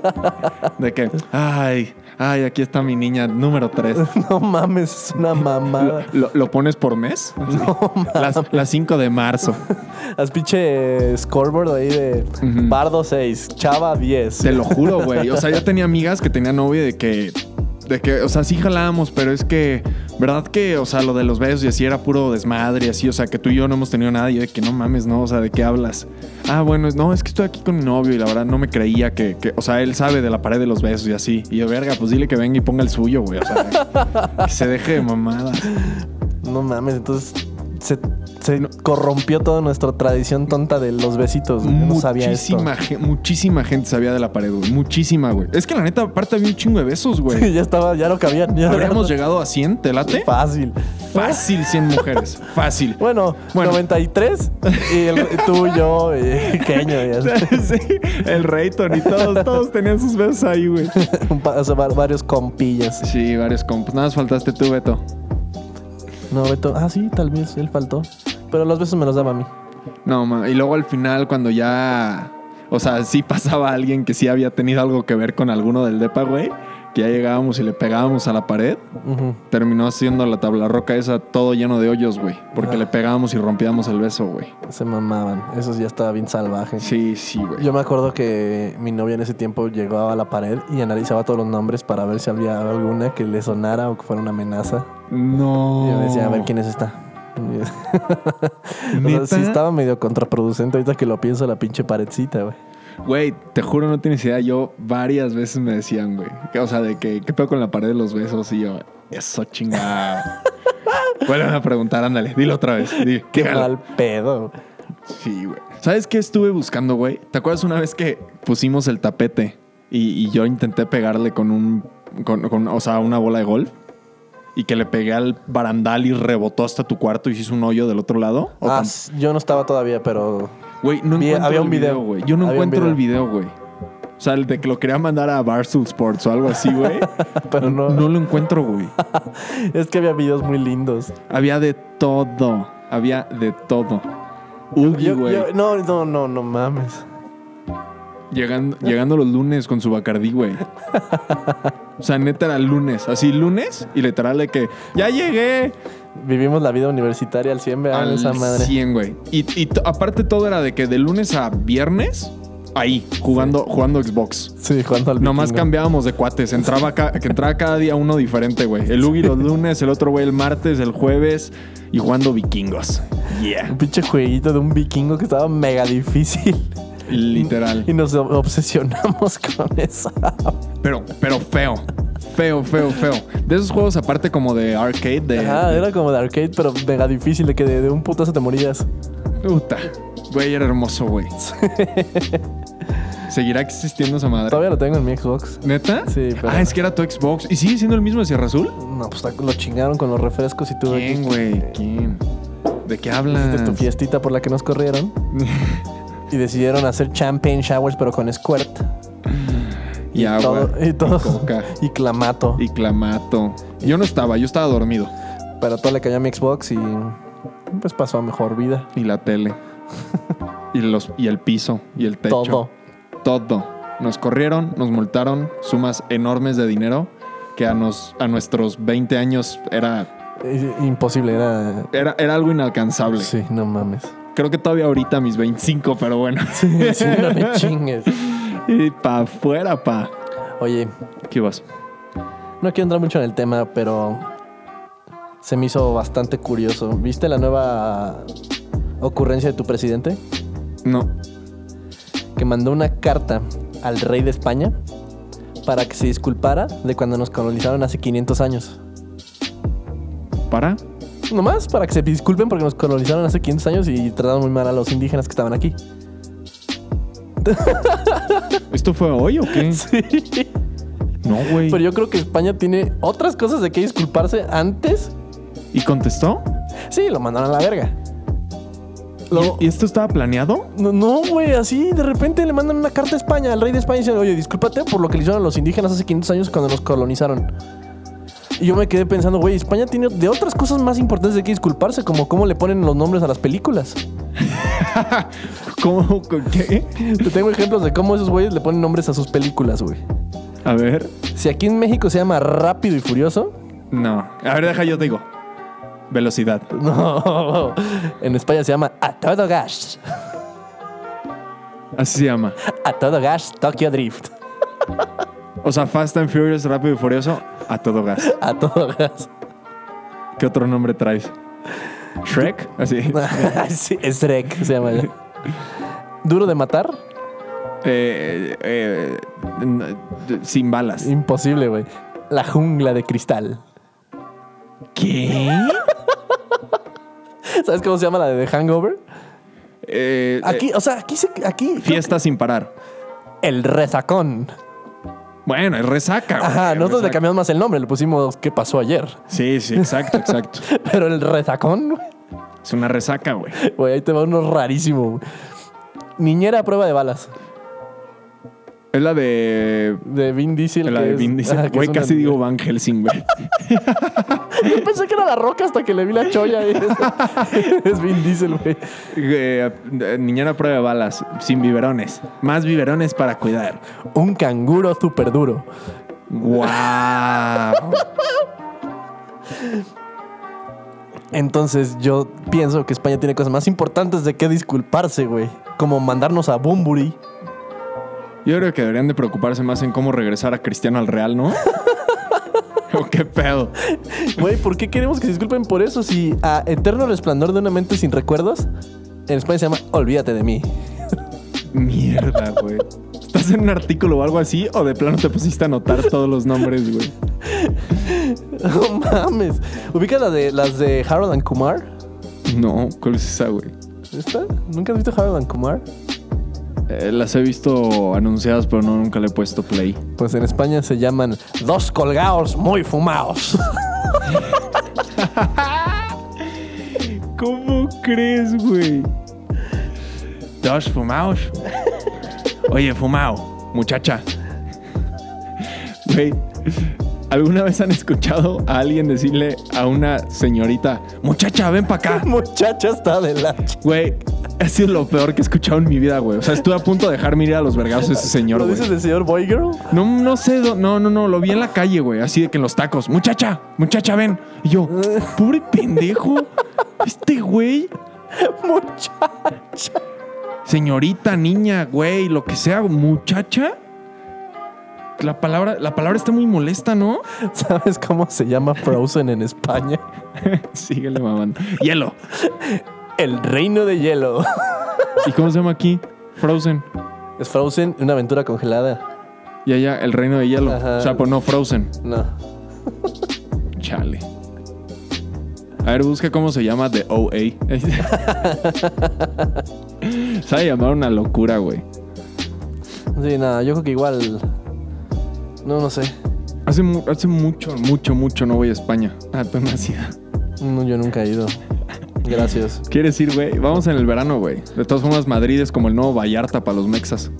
[SPEAKER 2] De que, ay, ay, aquí está mi niña número 3.
[SPEAKER 1] no mames, es una mamada.
[SPEAKER 2] ¿Lo, lo pones por mes? las, las 5 de marzo.
[SPEAKER 1] Haz pinche scoreboard ahí de Bardo 6, Chava 10.
[SPEAKER 2] Te lo juro, güey. O sea, yo tenía amigas que tenían novio de que. De que, o sea, sí jalábamos, pero es que, ¿verdad que, o sea, lo de los besos y así era puro desmadre y así, o sea, que tú y yo no hemos tenido nada y yo de que no mames, no, o sea, ¿de qué hablas? Ah, bueno, es- no, es que estoy aquí con mi novio y la verdad no me creía que, que- o sea, él sabe de la pared de los besos y así. Y yo, verga, pues dile que venga y ponga el suyo, güey, o sea, que se deje de mamada.
[SPEAKER 1] No mames, entonces se, se corrompió toda nuestra tradición tonta de los besitos. güey. Yo no sabía esto.
[SPEAKER 2] Muchísima, gen- muchísima gente sabía de la pared, güey, muchísima, güey. Es que la neta, aparte había un chingo de besos, güey.
[SPEAKER 1] ya estaba, ya no cabían. Ya
[SPEAKER 2] Habríamos llegado a 100, ¿te late?
[SPEAKER 1] Fácil.
[SPEAKER 2] Fácil 100 mujeres, fácil.
[SPEAKER 1] Bueno,
[SPEAKER 2] Bueno.
[SPEAKER 1] 93 y el, tú, yo, y Keño. y así.
[SPEAKER 2] Sí, el Rayton y todos, todos tenían sus besos ahí, güey.
[SPEAKER 1] Un pa- o sea, va- varios compillas.
[SPEAKER 2] Sí, varios compas. Nada más faltaste tú, Beto.
[SPEAKER 1] No, Beto. Ah, sí, tal vez él faltó. Pero los besos me los daba a mí.
[SPEAKER 2] No, ma- y luego al final cuando ya... O sea, sí pasaba alguien que sí había tenido algo que ver con alguno del depa, güey. Que ya llegábamos y le pegábamos a la pared.
[SPEAKER 1] Ujú.
[SPEAKER 2] Terminó siendo la tabla roca esa todo lleno de hoyos, güey. Porque
[SPEAKER 1] Ah.
[SPEAKER 2] le pegábamos y rompíamos el beso, güey.
[SPEAKER 1] Se mamaban. Eso ya estaba bien salvaje.
[SPEAKER 2] Sí, sí, güey.
[SPEAKER 1] Yo me acuerdo que mi novia en ese tiempo llegaba a la pared y analizaba todos los nombres para ver si había alguna que le sonara o que fuera una amenaza.
[SPEAKER 2] No.
[SPEAKER 1] Y yo decía, a ver quién es esta. Y- o sea, sí
[SPEAKER 2] ¿Neta?
[SPEAKER 1] estaba medio contraproducente ahorita que lo pienso la pinche paredcita, güey.
[SPEAKER 2] Güey, te juro, no tienes idea. Yo varias veces me decían, güey. que- O sea, de que, ¿qué pedo con la pared de los besos? Y yo, eso chingada. Vuelven a preguntar, ándale, dilo otra vez. di,
[SPEAKER 1] Qué
[SPEAKER 2] dígalo.
[SPEAKER 1] mal pedo.
[SPEAKER 2] Sí, güey. ¿Sabes qué estuve buscando, güey? ¿Te acuerdas una vez que pusimos el tapete y, y yo intenté pegarle con un. Con, con- o sea, una bola de golf? Y que le pegué al barandal y rebotó hasta tu cuarto y hizo un hoyo del otro lado. ¿O
[SPEAKER 1] Ah,
[SPEAKER 2] tam-
[SPEAKER 1] s- yo no estaba todavía, pero
[SPEAKER 2] Güey, no
[SPEAKER 1] Vi-
[SPEAKER 2] encuentro
[SPEAKER 1] había un
[SPEAKER 2] el video,
[SPEAKER 1] video.
[SPEAKER 2] güey. Yo no
[SPEAKER 1] Había un
[SPEAKER 2] encuentro el video, güey. O sea, el de que lo quería mandar a Barstool Sports o algo así, güey.
[SPEAKER 1] Pero no.
[SPEAKER 2] No lo encuentro, güey.
[SPEAKER 1] es que había videos muy lindos.
[SPEAKER 2] Había de todo. Había de todo. Ugi,
[SPEAKER 1] Yo-
[SPEAKER 2] güey.
[SPEAKER 1] yo- no, no, no, no mames.
[SPEAKER 2] Llegando, llegando los lunes con su Bacardí, güey. O sea, neta era lunes. Así lunes y literal de que ya llegué
[SPEAKER 1] Vivimos la vida universitaria al 100, vean
[SPEAKER 2] al
[SPEAKER 1] Ah, esa madre.
[SPEAKER 2] 100, güey. Y, y t- aparte todo era de que de lunes a viernes, ahí, jugando, jugando Xbox.
[SPEAKER 1] Sí, jugando al
[SPEAKER 2] Nomás
[SPEAKER 1] vikingo.
[SPEAKER 2] cambiábamos de cuates. Entraba ca- que entraba cada día uno diferente, güey. El Ugi los lunes, el otro güey el martes, el jueves y jugando vikingos. Yeah.
[SPEAKER 1] Un pinche jueguito de un vikingo que estaba mega difícil.
[SPEAKER 2] Literal.
[SPEAKER 1] Y nos obsesionamos con esa.
[SPEAKER 2] Pero, pero feo. Feo, feo, feo. De esos juegos aparte como de arcade, de...
[SPEAKER 1] Ajá, era como de arcade, pero mega difícil, de que de, de un putazo te morías.
[SPEAKER 2] Puta. Güey, era hermoso, güey. ¿Seguirá existiendo esa madre?
[SPEAKER 1] Todavía lo tengo en mi Xbox.
[SPEAKER 2] ¿Neta?
[SPEAKER 1] Sí, pero-
[SPEAKER 2] Ah, es que era tu Xbox. ¿Y sigue siendo el mismo de Sierra Azul?
[SPEAKER 1] No, pues lo chingaron con los refrescos y tuve
[SPEAKER 2] ¿Quién, güey? ¿Quién? ¿De qué hablas?
[SPEAKER 1] Hiciste tu fiestita por la que nos corrieron. y decidieron hacer champagne showers, pero con squirt.
[SPEAKER 2] Y agua.
[SPEAKER 1] Todo, y todo.
[SPEAKER 2] Y coca.
[SPEAKER 1] Y clamato.
[SPEAKER 2] Y clamato. Yo no estaba, yo estaba dormido.
[SPEAKER 1] Pero todo le cayó a mi Xbox y pues pasó a mejor vida.
[SPEAKER 2] Y la tele. y, los, y el piso. Y el techo.
[SPEAKER 1] Todo.
[SPEAKER 2] Todo. Nos corrieron, nos multaron sumas enormes de dinero que a, nos, a nuestros 20 años era,
[SPEAKER 1] Eh, Imposible, era...
[SPEAKER 2] era, era algo inalcanzable.
[SPEAKER 1] Sí, no mames.
[SPEAKER 2] Creo que todavía ahorita a mis 25, pero bueno.
[SPEAKER 1] Sí, no me chingues.
[SPEAKER 2] y pa' afuera, pa.
[SPEAKER 1] Oye,
[SPEAKER 2] ¿Qué vas?
[SPEAKER 1] No quiero entrar mucho en el tema, pero se me hizo bastante curioso. ¿Viste la nueva ocurrencia de tu presidente?
[SPEAKER 2] No.
[SPEAKER 1] Que mandó una carta al rey de España para que se disculpara de cuando nos colonizaron hace 500 años.
[SPEAKER 2] ¿Para?
[SPEAKER 1] Nomás para que se disculpen porque nos colonizaron hace 500 años y trataron muy mal a los indígenas que estaban aquí.
[SPEAKER 2] ¿Esto fue hoy o qué?
[SPEAKER 1] Sí.
[SPEAKER 2] No, güey.
[SPEAKER 1] Pero yo creo que España tiene otras cosas de que disculparse antes.
[SPEAKER 2] ¿Y contestó?
[SPEAKER 1] Sí, lo mandaron a la verga. Luego-
[SPEAKER 2] ¿Y, y esto estaba planeado?
[SPEAKER 1] No, No, güey, así de repente le mandan una carta a España, al rey de España, diciendo, oye, discúlpate por lo que le hicieron a los indígenas hace 500 años cuando nos colonizaron. Y yo me quedé pensando, güey, España tiene de otras cosas más importantes de que disculparse, como cómo le ponen los nombres a las películas.
[SPEAKER 2] ¿Cómo? ¿Con qué?
[SPEAKER 1] Te tengo ejemplos de cómo esos güeyes le ponen nombres a sus películas, güey.
[SPEAKER 2] A ver.
[SPEAKER 1] Si aquí en México se llama Rápido y Furioso,
[SPEAKER 2] No. A ver, deja, yo te digo. Velocidad.
[SPEAKER 1] no, en España se llama A todo gas,
[SPEAKER 2] Así se llama.
[SPEAKER 1] A todo gas, Tokyo Drift,
[SPEAKER 2] O sea, Fast and Furious, Rápido y Furioso, a todo gas.
[SPEAKER 1] A todo gas.
[SPEAKER 2] ¿Qué otro nombre traes? ¿Shrek? Así.
[SPEAKER 1] Ah. sí, es Shrek, se llama. Duro de matar,
[SPEAKER 2] Eh, eh, n- sin balas.
[SPEAKER 1] Imposible, güey. La jungla de cristal.
[SPEAKER 2] ¿Qué?
[SPEAKER 1] ¿Sabes cómo se llama la de The Hangover?
[SPEAKER 2] Eh,
[SPEAKER 1] Aquí, o sea, aquí se, aquí
[SPEAKER 2] eh, fiesta Ah, sin parar.
[SPEAKER 1] el resacón.
[SPEAKER 2] Bueno, es resaca. güey.
[SPEAKER 1] Ajá, nosotros le
[SPEAKER 2] Resaca.
[SPEAKER 1] cambiamos más el nombre, le pusimos qué pasó ayer.
[SPEAKER 2] Sí, sí, exacto, exacto.
[SPEAKER 1] Pero el resacón, güey,
[SPEAKER 2] Es una resaca, güey.
[SPEAKER 1] güey, ahí te va uno rarísimo. güey. Niñera a prueba de balas.
[SPEAKER 2] Es la de.
[SPEAKER 1] De Vin Diesel.
[SPEAKER 2] La
[SPEAKER 1] que
[SPEAKER 2] de
[SPEAKER 1] es-
[SPEAKER 2] Vin Diesel.
[SPEAKER 1] ajá, que
[SPEAKER 2] Güey,
[SPEAKER 1] es una
[SPEAKER 2] casi
[SPEAKER 1] niñera.
[SPEAKER 2] digo Van Helsing, güey.
[SPEAKER 1] Yo pensé que era la roca hasta que le vi la cholla. ahí. es Vin Diesel, güey.
[SPEAKER 2] Eh, eh, niñera a prueba de balas, sin biberones. Más biberones para cuidar.
[SPEAKER 1] Un canguro súper duro.
[SPEAKER 2] ¡Wow!
[SPEAKER 1] Entonces yo pienso que España tiene cosas más importantes de qué disculparse, güey. Como mandarnos a Bumburi.
[SPEAKER 2] Yo creo que deberían de preocuparse más en cómo regresar a Cristiano al Real, ¿no? ¿O qué pedo?
[SPEAKER 1] Güey, ¿por qué queremos que se disculpen por eso? Si a Eterno Resplandor de una mente sin recuerdos, en España se llama Olvídate de mí.
[SPEAKER 2] Mierda, güey. ¿Estás en un artículo o algo así? ¿O de plano te pusiste a anotar todos los nombres, güey?
[SPEAKER 1] No mames. ¿Ubicas la de, las de Harold and Kumar?
[SPEAKER 2] No, ¿cuál es esa, güey?
[SPEAKER 1] ¿Esta? ¿Nunca has visto Harold and Kumar?
[SPEAKER 2] Eh, las he visto anunciadas, pero no, nunca le he puesto play.
[SPEAKER 1] Pues en España se llaman Dos colgados muy fumados.
[SPEAKER 2] ¿Cómo crees, güey? Dos fumados. Oye, fumado, muchacha. Güey, ¿alguna vez han escuchado a alguien decirle a una señorita, muchacha, ven para acá?
[SPEAKER 1] Muchacha está de la... ch-
[SPEAKER 2] Güey, ha sido lo peor que he escuchado en mi vida, güey. O sea, estuve a punto de dejarme ir a los vergados ese señor,
[SPEAKER 1] ¿Lo
[SPEAKER 2] güey.
[SPEAKER 1] dices del señor Boygirl?
[SPEAKER 2] No, no sé, dó- no, no, no, lo vi en la calle, güey, así de que en los tacos, muchacha, muchacha, ven. Y yo, pobre pendejo, este güey,
[SPEAKER 1] Muchacha.
[SPEAKER 2] señorita, niña, güey, lo que sea, muchacha. La palabra, la palabra está muy molesta, ¿no?
[SPEAKER 1] ¿Sabes cómo se llama Frozen en España?
[SPEAKER 2] Síguele mamando. Hielo.
[SPEAKER 1] El reino de hielo.
[SPEAKER 2] ¿Y cómo se llama aquí? Frozen.
[SPEAKER 1] Es Frozen, una aventura congelada.
[SPEAKER 2] Y allá, el reino de hielo.
[SPEAKER 1] Ajá.
[SPEAKER 2] O sea, pues no, Frozen.
[SPEAKER 1] No.
[SPEAKER 2] Chale. A ver, busca cómo se llama The OA. se va a llamar una locura, güey.
[SPEAKER 1] Sí, nada, yo creo que igual. No, no sé.
[SPEAKER 2] Hace, mu- hace mucho, mucho, mucho no voy a España. Ah, tú no has ido.
[SPEAKER 1] No, yo nunca he ido. Gracias.
[SPEAKER 2] ¿Quieres ir, güey? Vamos en el verano, güey. De todas formas, Madrid es como el nuevo Vallarta para los mexas.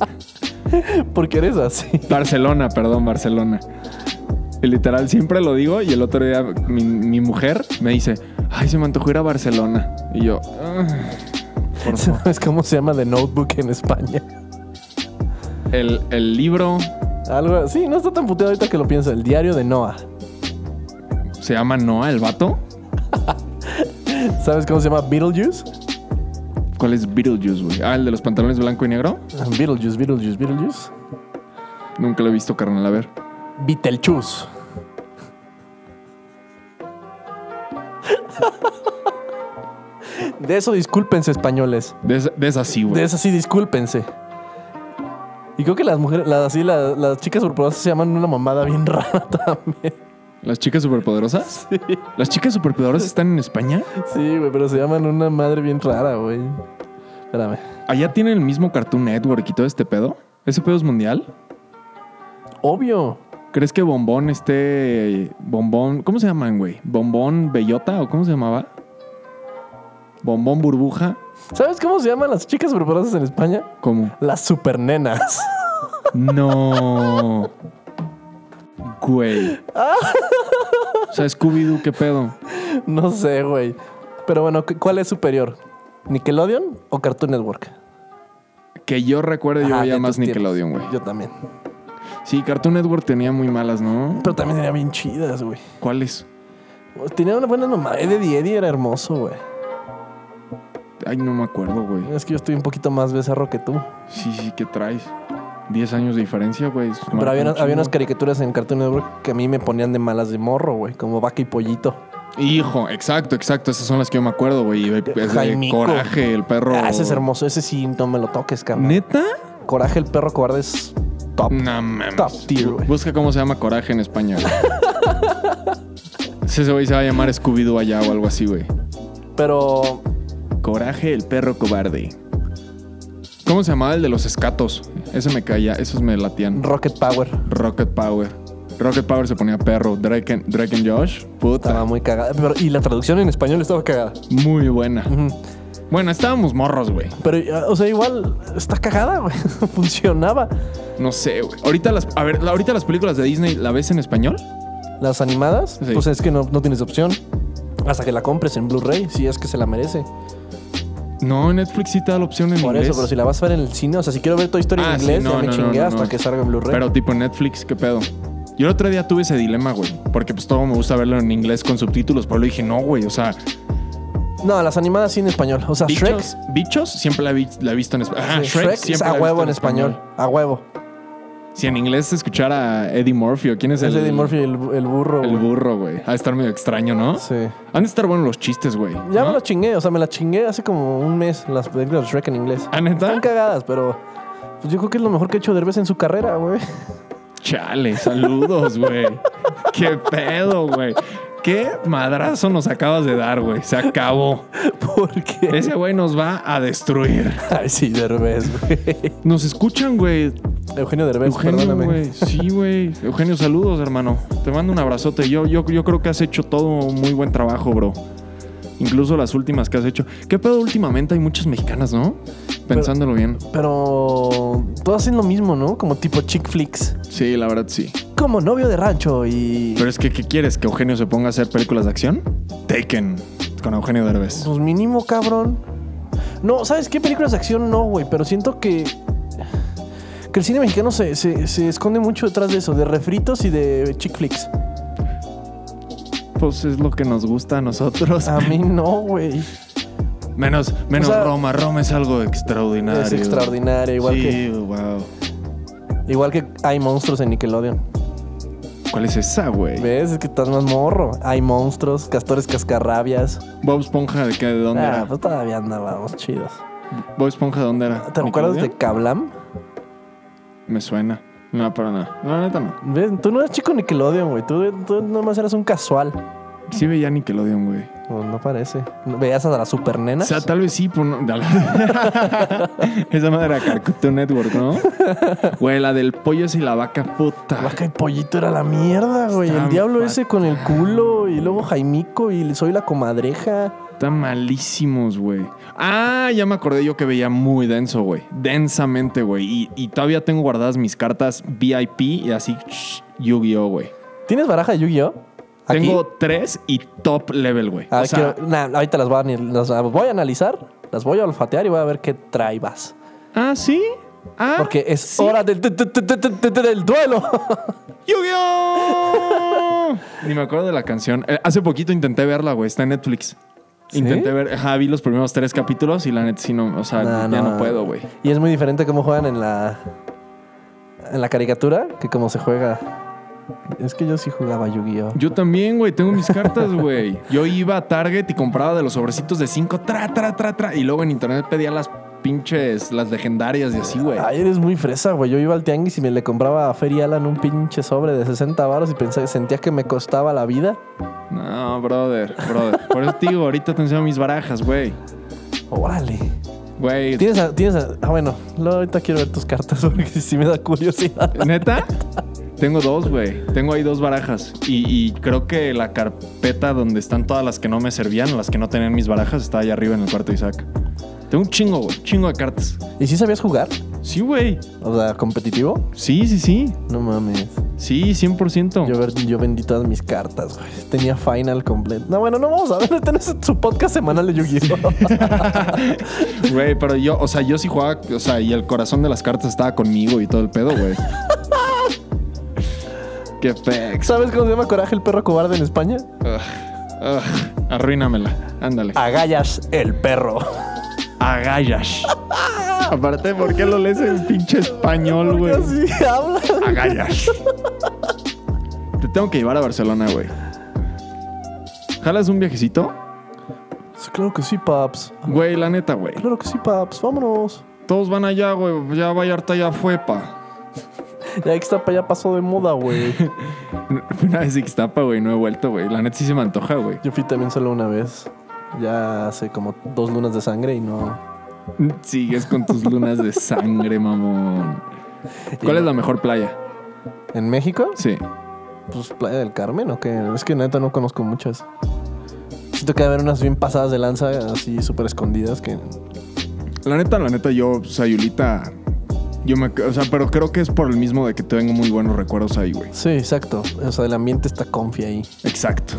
[SPEAKER 1] ¿Por qué eres así?
[SPEAKER 2] Barcelona, perdón, Barcelona. Y literal, siempre lo digo y el otro día mi, mi mujer me dice, ay, se me antojó ir a Barcelona. Y yo, "Ah, por favor".
[SPEAKER 1] ¿Sabes cómo se llama The Notebook en España?
[SPEAKER 2] El, el libro
[SPEAKER 1] Algo así, no está tan puteado ahorita que lo pienso. El diario de Noah.
[SPEAKER 2] se llama Noah, el vato.
[SPEAKER 1] ¿Sabes cómo se llama Beetlejuice?
[SPEAKER 2] ¿Cuál es Beetlejuice, güey? Ah, el de los pantalones blanco y negro.
[SPEAKER 1] Ah, Beetlejuice, Beetlejuice, Beetlejuice.
[SPEAKER 2] Nunca lo he visto, carnal, a ver.
[SPEAKER 1] Beetlejuice. De eso discúlpense, españoles.
[SPEAKER 2] De, esa- de esa sí,
[SPEAKER 1] De
[SPEAKER 2] güey.
[SPEAKER 1] esas sí, discúlpense. Y creo que las mujeres, las, así, las, las chicas urbanas se llaman una mamada bien rara también.
[SPEAKER 2] ¿Las chicas superpoderosas? ¿Las chicas superpoderosas están en España?
[SPEAKER 1] Sí, güey, pero se llaman una madre bien rara, güey. Espérame.
[SPEAKER 2] ¿Allá tienen el mismo Cartoon Network y todo este pedo? ¿Ese pedo es mundial?
[SPEAKER 1] Obvio.
[SPEAKER 2] ¿Crees que Bombón esté. Bombón. ¿Cómo se llaman, güey? ¿Bombón Bellota o cómo se llamaba? ¿Bombón Burbuja?
[SPEAKER 1] ¿Sabes cómo se llaman las chicas superpoderosas en España?
[SPEAKER 2] ¿Cómo?
[SPEAKER 1] Las supernenas.
[SPEAKER 2] No. Güey. O sea, Scooby-Doo, ¿qué pedo?
[SPEAKER 1] No sé, güey. Pero bueno, ¿cu- ¿cuál es superior? ¿Nickelodeon o Cartoon Network?
[SPEAKER 2] Que yo recuerdo, yo
[SPEAKER 1] Ajá, de
[SPEAKER 2] veía
[SPEAKER 1] tus
[SPEAKER 2] más
[SPEAKER 1] tiempos.
[SPEAKER 2] Nickelodeon, güey.
[SPEAKER 1] Yo también.
[SPEAKER 2] Sí, Cartoon Network tenía muy malas, ¿no?
[SPEAKER 1] Pero también eran bien chidas, güey.
[SPEAKER 2] ¿Cuáles?
[SPEAKER 1] Tenía una buena mamá. Eddie Eddie era hermoso, güey.
[SPEAKER 2] Ay, no me acuerdo, güey.
[SPEAKER 1] Es que yo estoy un poquito más becerro que tú.
[SPEAKER 2] Sí, sí, ¿qué traes? 10 años de diferencia, güey. Eso
[SPEAKER 1] Pero
[SPEAKER 2] marca
[SPEAKER 1] había,
[SPEAKER 2] un
[SPEAKER 1] unas- había
[SPEAKER 2] chingo.
[SPEAKER 1] unas caricaturas en Cartoon Network que a mí me ponían de malas de morro, güey. Como vaca y pollito.
[SPEAKER 2] Hijo, exacto, exacto. Esas son las que yo me acuerdo, güey. Es de
[SPEAKER 1] Jaimico.
[SPEAKER 2] Coraje, el perro.
[SPEAKER 1] Ah, ese es hermoso. Ese sí, no me lo toques, carnal.
[SPEAKER 2] ¿Neta?
[SPEAKER 1] Coraje, el perro cobarde es top.
[SPEAKER 2] No mames.
[SPEAKER 1] Top tier, güey.
[SPEAKER 2] Busca cómo se llama Coraje en España. güey. ese güey se va a llamar Scooby-Doo allá o algo así, güey.
[SPEAKER 1] Pero
[SPEAKER 2] Coraje, el perro cobarde. ¿Cómo se llamaba el de los escatos? Ese me caía, esos me latían.
[SPEAKER 1] Rocket Power
[SPEAKER 2] Rocket Power. Rocket Power se ponía perro. Drake and, Drake and Josh.
[SPEAKER 1] estaba
[SPEAKER 2] Puta.
[SPEAKER 1] muy cagada. Pero- y la traducción en español estaba cagada.
[SPEAKER 2] Muy buena. Bueno, estábamos morros, güey.
[SPEAKER 1] Pero, ah, o sea, igual está cagada, güey. Funcionaba.
[SPEAKER 2] No sé, güey. Ahorita las, a ver, la- ahorita las películas de Disney, ¿la ves en español?
[SPEAKER 1] Las animadas,
[SPEAKER 2] Sí.
[SPEAKER 1] pues es que no, no tienes opción. Hasta que la compres en Blu-ray, si es que se la merece.
[SPEAKER 2] No, en Netflix sí te da la opción en
[SPEAKER 1] Por
[SPEAKER 2] inglés.
[SPEAKER 1] eso, pero si la vas a ver en el cine, o sea, si quiero ver Toy Story
[SPEAKER 2] Ah,
[SPEAKER 1] en
[SPEAKER 2] sí,
[SPEAKER 1] inglés,
[SPEAKER 2] no,
[SPEAKER 1] ya me
[SPEAKER 2] no, no,
[SPEAKER 1] chingué
[SPEAKER 2] no,
[SPEAKER 1] hasta
[SPEAKER 2] no.
[SPEAKER 1] que salga en Blu-ray.
[SPEAKER 2] Pero tipo en Netflix, ¿qué pedo? Yo el otro día tuve ese dilema, güey. Porque pues todo me gusta verlo en inglés con subtítulos, pero le dije, no, güey. O sea,
[SPEAKER 1] No, las animadas sí en español. O sea, Shrek.
[SPEAKER 2] bichos, bichos siempre la, vi- la he visto en español. Ah,
[SPEAKER 1] sí,
[SPEAKER 2] Shrek,
[SPEAKER 1] Shrek es
[SPEAKER 2] siempre
[SPEAKER 1] a
[SPEAKER 2] la he visto
[SPEAKER 1] huevo en español. A huevo.
[SPEAKER 2] Si en inglés se escuchara Eddie Murphy, ¿o ¿quién es,
[SPEAKER 1] Es
[SPEAKER 2] el
[SPEAKER 1] Eddie Murphy, el, el burro.
[SPEAKER 2] El
[SPEAKER 1] güey.
[SPEAKER 2] burro, güey. Ha de estar medio extraño, ¿no?
[SPEAKER 1] Sí.
[SPEAKER 2] Han de estar buenos los chistes, güey.
[SPEAKER 1] Ya
[SPEAKER 2] ¿no?
[SPEAKER 1] me la chingué, o sea, me la chingué hace como un mes las películas de Shrek en inglés.
[SPEAKER 2] ¿Ah, neta?
[SPEAKER 1] Están cagadas, pero pues yo creo que es lo mejor que ha hecho Derbez en su carrera, güey.
[SPEAKER 2] Chale, saludos, güey. Qué pedo, güey. Qué madrazo nos acabas de dar, güey. Se acabó.
[SPEAKER 1] Porque.
[SPEAKER 2] Ese güey nos va a destruir.
[SPEAKER 1] Ay, sí, Derbez, güey.
[SPEAKER 2] Nos escuchan, güey.
[SPEAKER 1] Eugenio Derbez,
[SPEAKER 2] Eugenio,
[SPEAKER 1] perdóname.
[SPEAKER 2] güey. Sí, güey. Eugenio, saludos, hermano. Te mando un abrazote. Yo, yo, yo creo que has hecho todo un muy buen trabajo, bro. Incluso las últimas que has hecho. ¿Qué pedo últimamente? Hay muchas mexicanas, ¿no? Pensándolo bien.
[SPEAKER 1] Pero todos hacen lo mismo, ¿no? Como tipo chick flicks.
[SPEAKER 2] Sí, la verdad sí.
[SPEAKER 1] Como novio de rancho y.
[SPEAKER 2] Pero es que, ¿qué quieres? ¿Que Eugenio se ponga a hacer películas de acción? Taken. Con Eugenio Derbez.
[SPEAKER 1] Pues mínimo, cabrón. No, ¿sabes qué películas de acción no, güey? Pero siento que. Que el cine mexicano se, se- se esconde mucho detrás de eso, de refritos y de chick flicks.
[SPEAKER 2] Pues es lo que nos gusta a nosotros.
[SPEAKER 1] A mí no, güey.
[SPEAKER 2] Menos, menos
[SPEAKER 1] O sea,
[SPEAKER 2] Roma. Roma es algo extraordinario.
[SPEAKER 1] Es extraordinario, igual
[SPEAKER 2] sí,
[SPEAKER 1] que.
[SPEAKER 2] wow.
[SPEAKER 1] Igual que hay monstruos en Nickelodeon.
[SPEAKER 2] ¿Cuál es esa, güey?
[SPEAKER 1] ¿Ves? Es que estás más morro. Hay monstruos, castores cascarrabias.
[SPEAKER 2] Bob Esponja, ¿de qué? ¿De dónde
[SPEAKER 1] Ah,
[SPEAKER 2] era?
[SPEAKER 1] pues todavía andábamos chidos.
[SPEAKER 2] Bob Esponja, ¿de dónde era?
[SPEAKER 1] ¿Te acuerdas de
[SPEAKER 2] ¿Nickelodeon?
[SPEAKER 1] Kablam?
[SPEAKER 2] Me suena. No, para nada. No, neta no.
[SPEAKER 1] ¿Ves? Tú no eras chico Nickelodeon, güey. Tú, tú nada más eras un casual.
[SPEAKER 2] Sí veía Nickelodeon, güey.
[SPEAKER 1] No, no parece. ¿Veías a la super nena?
[SPEAKER 2] O sea, tal vez sí, pero no... Esa no era Cartoon Network, ¿no? Güey, la del pollo y la vaca puta.
[SPEAKER 1] Vaca y pollito era la mierda, güey. El
[SPEAKER 2] Están
[SPEAKER 1] diablo ese con el culo y luego Jaimico y soy la comadreja.
[SPEAKER 2] Están malísimos, güey. Ah, ya me acordé yo que veía muy denso, güey. Densamente, güey. Y, y todavía tengo guardadas mis cartas VIP y así shh, Yu-Gi-Oh, güey.
[SPEAKER 1] ¿Tienes baraja de Yu-Gi-Oh? Aquí.
[SPEAKER 2] Tengo tres y top level, güey.
[SPEAKER 1] Ah,
[SPEAKER 2] o sea,
[SPEAKER 1] quiero- nah, ahorita las voy, a, ni- las ah, voy a analizar, las voy a olfatear y voy a ver qué traibas.
[SPEAKER 2] ah, sí. Ah,
[SPEAKER 1] Porque es
[SPEAKER 2] sí.
[SPEAKER 1] hora del, tu- tu- tu- tu- tu- tu- del duelo.
[SPEAKER 2] ¡Yu-Gi-Oh! Ni me acuerdo de la canción. Eh, hace poquito intenté verla, güey. Está en Netflix.
[SPEAKER 1] ¿Sí?
[SPEAKER 2] Intenté ver, ajá, vi los primeros tres capítulos y la neta sí no, o sea,
[SPEAKER 1] Nah,
[SPEAKER 2] ya no puedo, güey.
[SPEAKER 1] Y es muy diferente cómo juegan en la en la caricatura que cómo se juega. Es que yo sí jugaba Yu-Gi-Oh.
[SPEAKER 2] Yo también, güey, tengo mis cartas, güey. Yo iba a Target y compraba de los sobrecitos de 5, tra, tra, tra, tra. Y luego en internet pedía las pinches, las legendarias y así, güey.
[SPEAKER 1] Ay, eres muy fresa, güey. Yo iba al tianguis y me le compraba a Ferry Alan un pinche sobre de 60 baros y pensaba, sentía que me costaba la vida.
[SPEAKER 2] No, brother, brother. Por eso te digo, ahorita te enseño mis barajas, güey.
[SPEAKER 1] Órale.
[SPEAKER 2] Güey.
[SPEAKER 1] Tienes a, tienes a- Ah, bueno, luego ahorita quiero ver tus cartas porque sí me da curiosidad.
[SPEAKER 2] ¿Neta? Tengo dos, güey. Tengo ahí dos barajas. Y, y creo que la carpeta donde están todas las que no me servían, las que no tenían mis barajas, está allá arriba en el cuarto de Isaac. Tengo un chingo, güey. Chingo de cartas.
[SPEAKER 1] ¿Y si sabías jugar?
[SPEAKER 2] Sí, güey.
[SPEAKER 1] O sea, competitivo.
[SPEAKER 2] Sí, sí, sí.
[SPEAKER 1] No mames.
[SPEAKER 2] Sí, 100%.
[SPEAKER 1] Yo, ver- yo vendí todas mis cartas, güey. Tenía final completo. No, bueno, no vamos a ver. Este no es su podcast semanal de Yu-Gi-Oh!
[SPEAKER 2] Güey, pero yo, o sea, yo sí jugaba, o sea, y el corazón de las cartas estaba conmigo y todo el pedo, güey. Qué pex.
[SPEAKER 1] ¿Sabes cómo se llama Coraje el perro cobarde en España?
[SPEAKER 2] Ugh, ugh. arruínamela. Ándale.
[SPEAKER 1] Agallas el perro.
[SPEAKER 2] Agallas. Aparte, ¿por qué lo lees en pinche español,
[SPEAKER 1] Porque
[SPEAKER 2] güey?
[SPEAKER 1] así habla.
[SPEAKER 2] Agallas. Te tengo que llevar a Barcelona, güey. ¿Jalas un viajecito?
[SPEAKER 1] Sí, Claro que sí, paps.
[SPEAKER 2] Güey, la neta, güey.
[SPEAKER 1] Claro que sí, paps. Vámonos.
[SPEAKER 2] Todos van allá, güey. Ya Vallarta ya fue, pa.
[SPEAKER 1] Ya Ixtapa ya pasó de moda, güey.
[SPEAKER 2] Fui Una vez a Ixtapa, güey. No he vuelto, güey. La neta sí se me antoja, güey.
[SPEAKER 1] Yo fui también solo una vez. Ya hace como dos lunas de sangre y no.
[SPEAKER 2] Sigues con tus lunas de sangre, mamón. ¿Cuál es la mejor playa?
[SPEAKER 1] ¿En México?
[SPEAKER 2] Sí.
[SPEAKER 1] Pues Playa del Carmen o qué. Es que neta no conozco muchas. Siento que va a haber unas bien pasadas de lanza, así súper escondidas que.
[SPEAKER 2] La neta, la neta, yo, Sayulita. Yo me. O sea, pero creo que es por el mismo de que tengo muy buenos recuerdos ahí, güey.
[SPEAKER 1] Sí, exacto. O sea, el ambiente está confi ahí.
[SPEAKER 2] Exacto.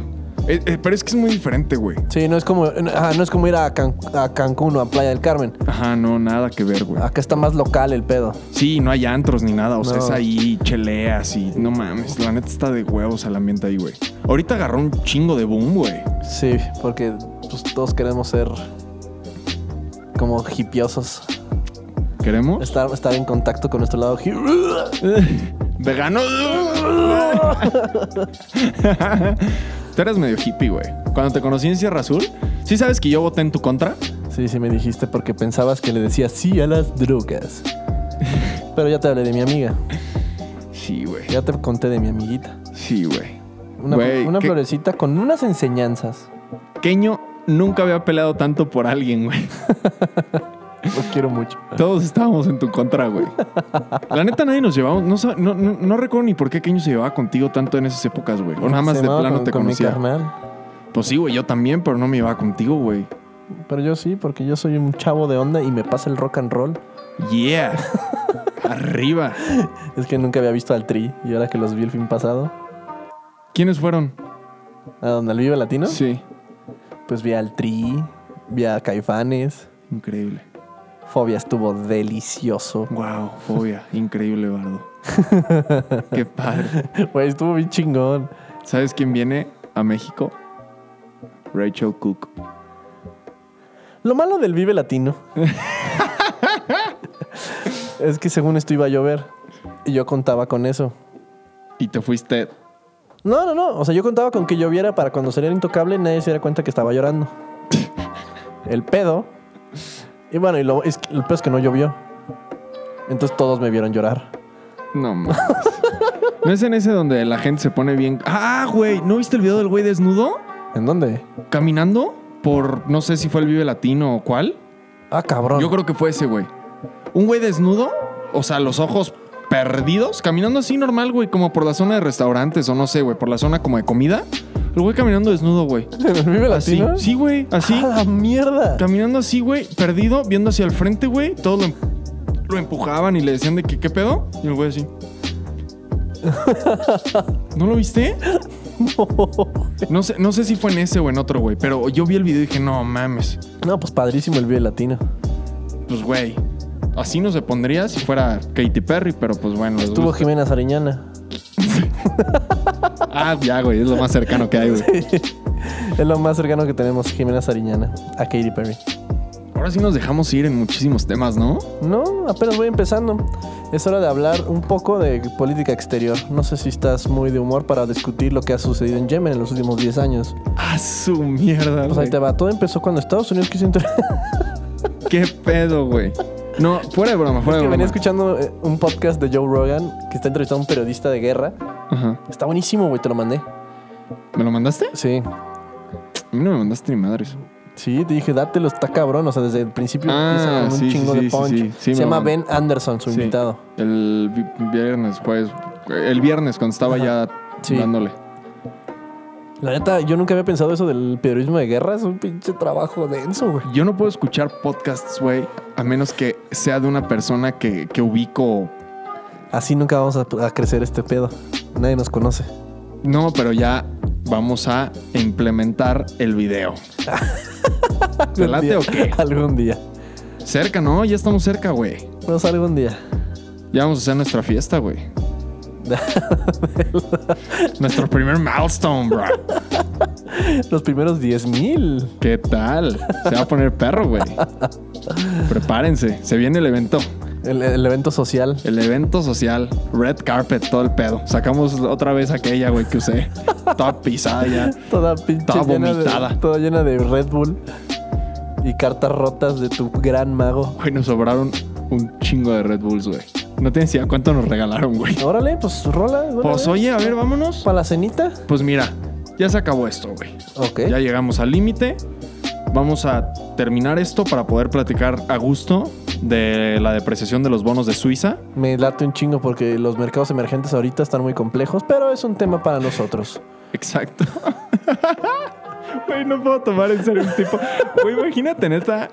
[SPEAKER 2] Eh, eh, pero es que es muy diferente, güey.
[SPEAKER 1] Sí, no es como, ajá, no es como ir a, Can- a Cancún o a Playa del Carmen.
[SPEAKER 2] Ajá, no, nada que ver, güey.
[SPEAKER 1] Acá está más local el pedo.
[SPEAKER 2] Sí, no hay antros ni nada. O sea,
[SPEAKER 1] No.
[SPEAKER 2] es ahí, cheleas y no mames. La neta está de huevos el ambiente ahí, güey. Ahorita agarró un chingo de boom, güey.
[SPEAKER 1] Sí, porque pues, todos queremos ser como hipiosos.
[SPEAKER 2] ¿Queremos?
[SPEAKER 1] Estar, estar en contacto con nuestro lado. hi-
[SPEAKER 2] ¡Vegano! Tú eres medio hippie, güey. Cuando te conocí en Sierra Azul, ¿sí sabes que yo voté en tu contra?
[SPEAKER 1] Sí, sí me dijiste porque pensabas que le decía sí a las drogas. Pero ya te hablé de mi amiga.
[SPEAKER 2] Sí, güey.
[SPEAKER 1] Ya te conté de mi amiguita.
[SPEAKER 2] Sí, güey.
[SPEAKER 1] Una,
[SPEAKER 2] Güey,
[SPEAKER 1] una
[SPEAKER 2] qué-
[SPEAKER 1] florecita con unas enseñanzas.
[SPEAKER 2] Queño nunca había peleado tanto por alguien, güey.
[SPEAKER 1] Lo quiero mucho.
[SPEAKER 2] Todos estábamos en tu contra, güey. La neta, nadie nos llevamos. No, sab- no, no, no recuerdo ni por qué Queño se llevaba contigo tanto en esas épocas, güey. O nada más
[SPEAKER 1] Se
[SPEAKER 2] de
[SPEAKER 1] llamaba
[SPEAKER 2] plano
[SPEAKER 1] con-
[SPEAKER 2] te
[SPEAKER 1] con mi
[SPEAKER 2] conocía.
[SPEAKER 1] carnal.
[SPEAKER 2] Pues sí, güey, yo también, pero no me llevaba contigo, güey.
[SPEAKER 1] Pero yo sí, porque yo soy un chavo de onda y me pasa el rock and roll.
[SPEAKER 2] Yeah. Arriba.
[SPEAKER 1] Es que nunca había visto al Tri y ahora que los vi el fin pasado,
[SPEAKER 2] ¿Quiénes fueron?
[SPEAKER 1] a donde el Vive Latino,
[SPEAKER 2] Sí.
[SPEAKER 1] pues vi al Tri, vi a Caifanes.
[SPEAKER 2] Increíble.
[SPEAKER 1] Fobia estuvo delicioso.
[SPEAKER 2] Wow, fobia. Increíble, Bardo. Qué padre.
[SPEAKER 1] Güey, estuvo bien chingón.
[SPEAKER 2] ¿Sabes quién viene a México? Rachel Cook.
[SPEAKER 1] Lo malo del Vive Latino es que según esto iba a llover y yo contaba con eso.
[SPEAKER 2] Y te fuiste.
[SPEAKER 1] No, no, no. O sea, yo contaba con que lloviera para cuando saliera intocable nadie se diera cuenta que estaba llorando. El pedo. Y bueno, y lo, es que- el pedo es que no llovió. Entonces todos me vieron llorar.
[SPEAKER 2] No mames. ¿No es en ese donde la gente se pone bien. ¡Ah, güey! ¿No viste el video del güey desnudo?
[SPEAKER 1] ¿En dónde?
[SPEAKER 2] Caminando por. No sé si fue el Vive Latino o cuál.
[SPEAKER 1] Ah, cabrón.
[SPEAKER 2] Yo creo que fue ese, güey. Un güey desnudo, o sea, los ojos perdidos, caminando así normal, güey, como por la zona de restaurantes o no sé, güey, por la zona como de comida. El güey caminando desnudo, güey.
[SPEAKER 1] ¿En el Vive
[SPEAKER 2] Así,
[SPEAKER 1] Latino?
[SPEAKER 2] Ah, sí, güey, así.
[SPEAKER 1] ¡A la mierda!
[SPEAKER 2] Caminando así, güey, perdido, viendo hacia el frente, güey. Todos lo, em- lo empujaban y le decían de que, qué pedo. Y el güey así. ¿No lo viste? No sé, no sé si fue en ese o en otro, güey. Pero yo vi el video y dije, no mames.
[SPEAKER 1] No, pues padrísimo el Vive Latino.
[SPEAKER 2] Pues, güey. Así no se pondría si fuera Katy Perry, pero pues bueno. les
[SPEAKER 1] Estuvo
[SPEAKER 2] gusta.
[SPEAKER 1] Jimena Sariñana.
[SPEAKER 2] Ah, ya, güey. Es lo más cercano que hay, güey.
[SPEAKER 1] Es lo más cercano que tenemos, Jimena Sariñana, a Katy Perry.
[SPEAKER 2] Ahora sí nos dejamos ir en muchísimos temas, ¿no?
[SPEAKER 1] No, apenas voy empezando. Es hora de hablar un poco de política exterior. No sé si estás muy de humor para discutir lo que ha sucedido en Yemen en los últimos 10 años.
[SPEAKER 2] A su mierda,
[SPEAKER 1] Pues ahí
[SPEAKER 2] güey.
[SPEAKER 1] te va. Todo empezó cuando Estados Unidos quiso inter-
[SPEAKER 2] ¿Qué pedo, güey? No, fuera de broma, fuera
[SPEAKER 1] Es
[SPEAKER 2] de
[SPEAKER 1] que venía
[SPEAKER 2] broma.
[SPEAKER 1] escuchando eh, un podcast de Joe Rogan que está entrevistando a un periodista de guerra.
[SPEAKER 2] Ajá.
[SPEAKER 1] Está buenísimo, güey, te lo mandé.
[SPEAKER 2] ¿Me lo mandaste?
[SPEAKER 1] Sí.
[SPEAKER 2] A mí no me mandaste ni madres.
[SPEAKER 1] Sí, te dije, dátelo, está cabrón. O sea, desde el principio
[SPEAKER 2] Ah,
[SPEAKER 1] empieza con un
[SPEAKER 2] sí, sí,
[SPEAKER 1] chingo
[SPEAKER 2] sí,
[SPEAKER 1] de
[SPEAKER 2] sí,
[SPEAKER 1] punch.
[SPEAKER 2] sí. Sí,
[SPEAKER 1] Se
[SPEAKER 2] me
[SPEAKER 1] llama
[SPEAKER 2] lo-
[SPEAKER 1] Ben Anderson, su
[SPEAKER 2] Sí.
[SPEAKER 1] invitado.
[SPEAKER 2] El vi- viernes, jueves. El viernes, cuando estaba ya
[SPEAKER 1] Sí.
[SPEAKER 2] dándole.
[SPEAKER 1] La neta, yo nunca había pensado eso del periodismo de guerra. Es un pinche trabajo denso, güey.
[SPEAKER 2] Yo no puedo escuchar podcasts, güey, a menos que sea de una persona que, que ubico.
[SPEAKER 1] Así nunca vamos a, a crecer este pedo. Nadie nos conoce.
[SPEAKER 2] No, pero ya vamos a implementar el video. ¿Te late o
[SPEAKER 1] Algún día.
[SPEAKER 2] qué?
[SPEAKER 1] Algún día.
[SPEAKER 2] Cerca, ¿no? Ya estamos cerca, güey.
[SPEAKER 1] Vamos algún día.
[SPEAKER 2] Ya vamos a hacer nuestra fiesta, güey. Nuestro primer milestone, bro.
[SPEAKER 1] Los primeros 10 mil.
[SPEAKER 2] ¿Qué tal? Se va a poner perro, güey. Prepárense. Se viene el evento.
[SPEAKER 1] El, el evento social.
[SPEAKER 2] El evento social. Red carpet, todo el pedo. Sacamos otra vez aquella, güey, que usé. Toda pisada ya.
[SPEAKER 1] Toda pinche
[SPEAKER 2] Toda
[SPEAKER 1] llena de,
[SPEAKER 2] vomitada.
[SPEAKER 1] toda llena de Red Bull. Y cartas rotas de tu gran mago.
[SPEAKER 2] Güey, nos sobraron un chingo de Red Bulls, güey. No tienes idea cuánto nos regalaron, güey.
[SPEAKER 1] Órale, pues rola.
[SPEAKER 2] Pues oye, a ver, vámonos.
[SPEAKER 1] ¿Para la cenita?
[SPEAKER 2] Pues mira, ya se acabó esto, güey.
[SPEAKER 1] Ok.
[SPEAKER 2] Ya llegamos al límite. Vamos a terminar esto para poder platicar a gusto de la depreciación de los bonos de Suiza.
[SPEAKER 1] Me late un chingo porque los mercados emergentes ahorita están muy complejos, pero es un tema para nosotros.
[SPEAKER 2] Exacto. Güey, no puedo tomar en serio un tipo. Güey, imagínate, neta.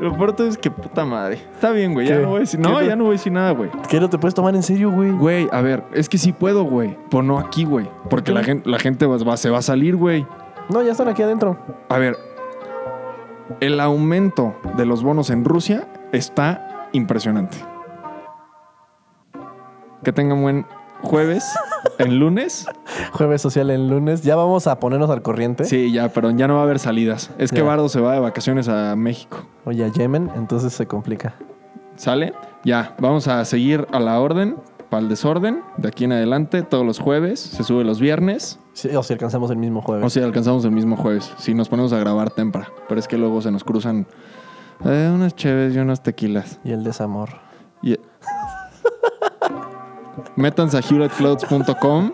[SPEAKER 2] Lo peor es que puta madre. Está bien, güey. Ya
[SPEAKER 1] ¿Qué?
[SPEAKER 2] no voy a decir. No,
[SPEAKER 1] ¿Qué?
[SPEAKER 2] ya no voy a decir nada, güey.
[SPEAKER 1] ¿Qué no te puedes tomar en serio, güey?
[SPEAKER 2] Güey, a ver, es que sí puedo, güey. Pero no aquí, güey. Porque la, gen- la gente va- va- se va a salir, güey.
[SPEAKER 1] No, ya están aquí adentro.
[SPEAKER 2] A ver, el aumento de los bonos en Rusia está impresionante. Que tengan buen jueves, en lunes.
[SPEAKER 1] Jueves social en lunes. Ya vamos a ponernos al corriente.
[SPEAKER 2] Sí, ya, pero ya no va a haber salidas. Es que
[SPEAKER 1] Ya.
[SPEAKER 2] Bardo se va de vacaciones a México.
[SPEAKER 1] Oye, a Yemen, entonces se complica.
[SPEAKER 2] ¿Sale? Ya, vamos a seguir a la orden, para el desorden, de aquí en adelante, todos los jueves, se sube los viernes.
[SPEAKER 1] Sí, o si alcanzamos el mismo jueves.
[SPEAKER 2] O sea, alcanzamos el mismo jueves. Si nos ponemos a grabar temprano. Pero es que luego se nos cruzan eh, unas cheves y unas tequilas.
[SPEAKER 1] y el desamor.
[SPEAKER 2] Y- Métanse a hewlettclothes.com.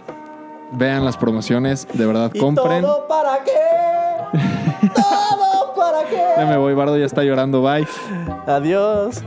[SPEAKER 2] Vean las promociones. De verdad, compren.
[SPEAKER 1] para qué? ¿Todo para
[SPEAKER 2] Ya me voy, Bardo ya está llorando. Bye.
[SPEAKER 1] Adiós.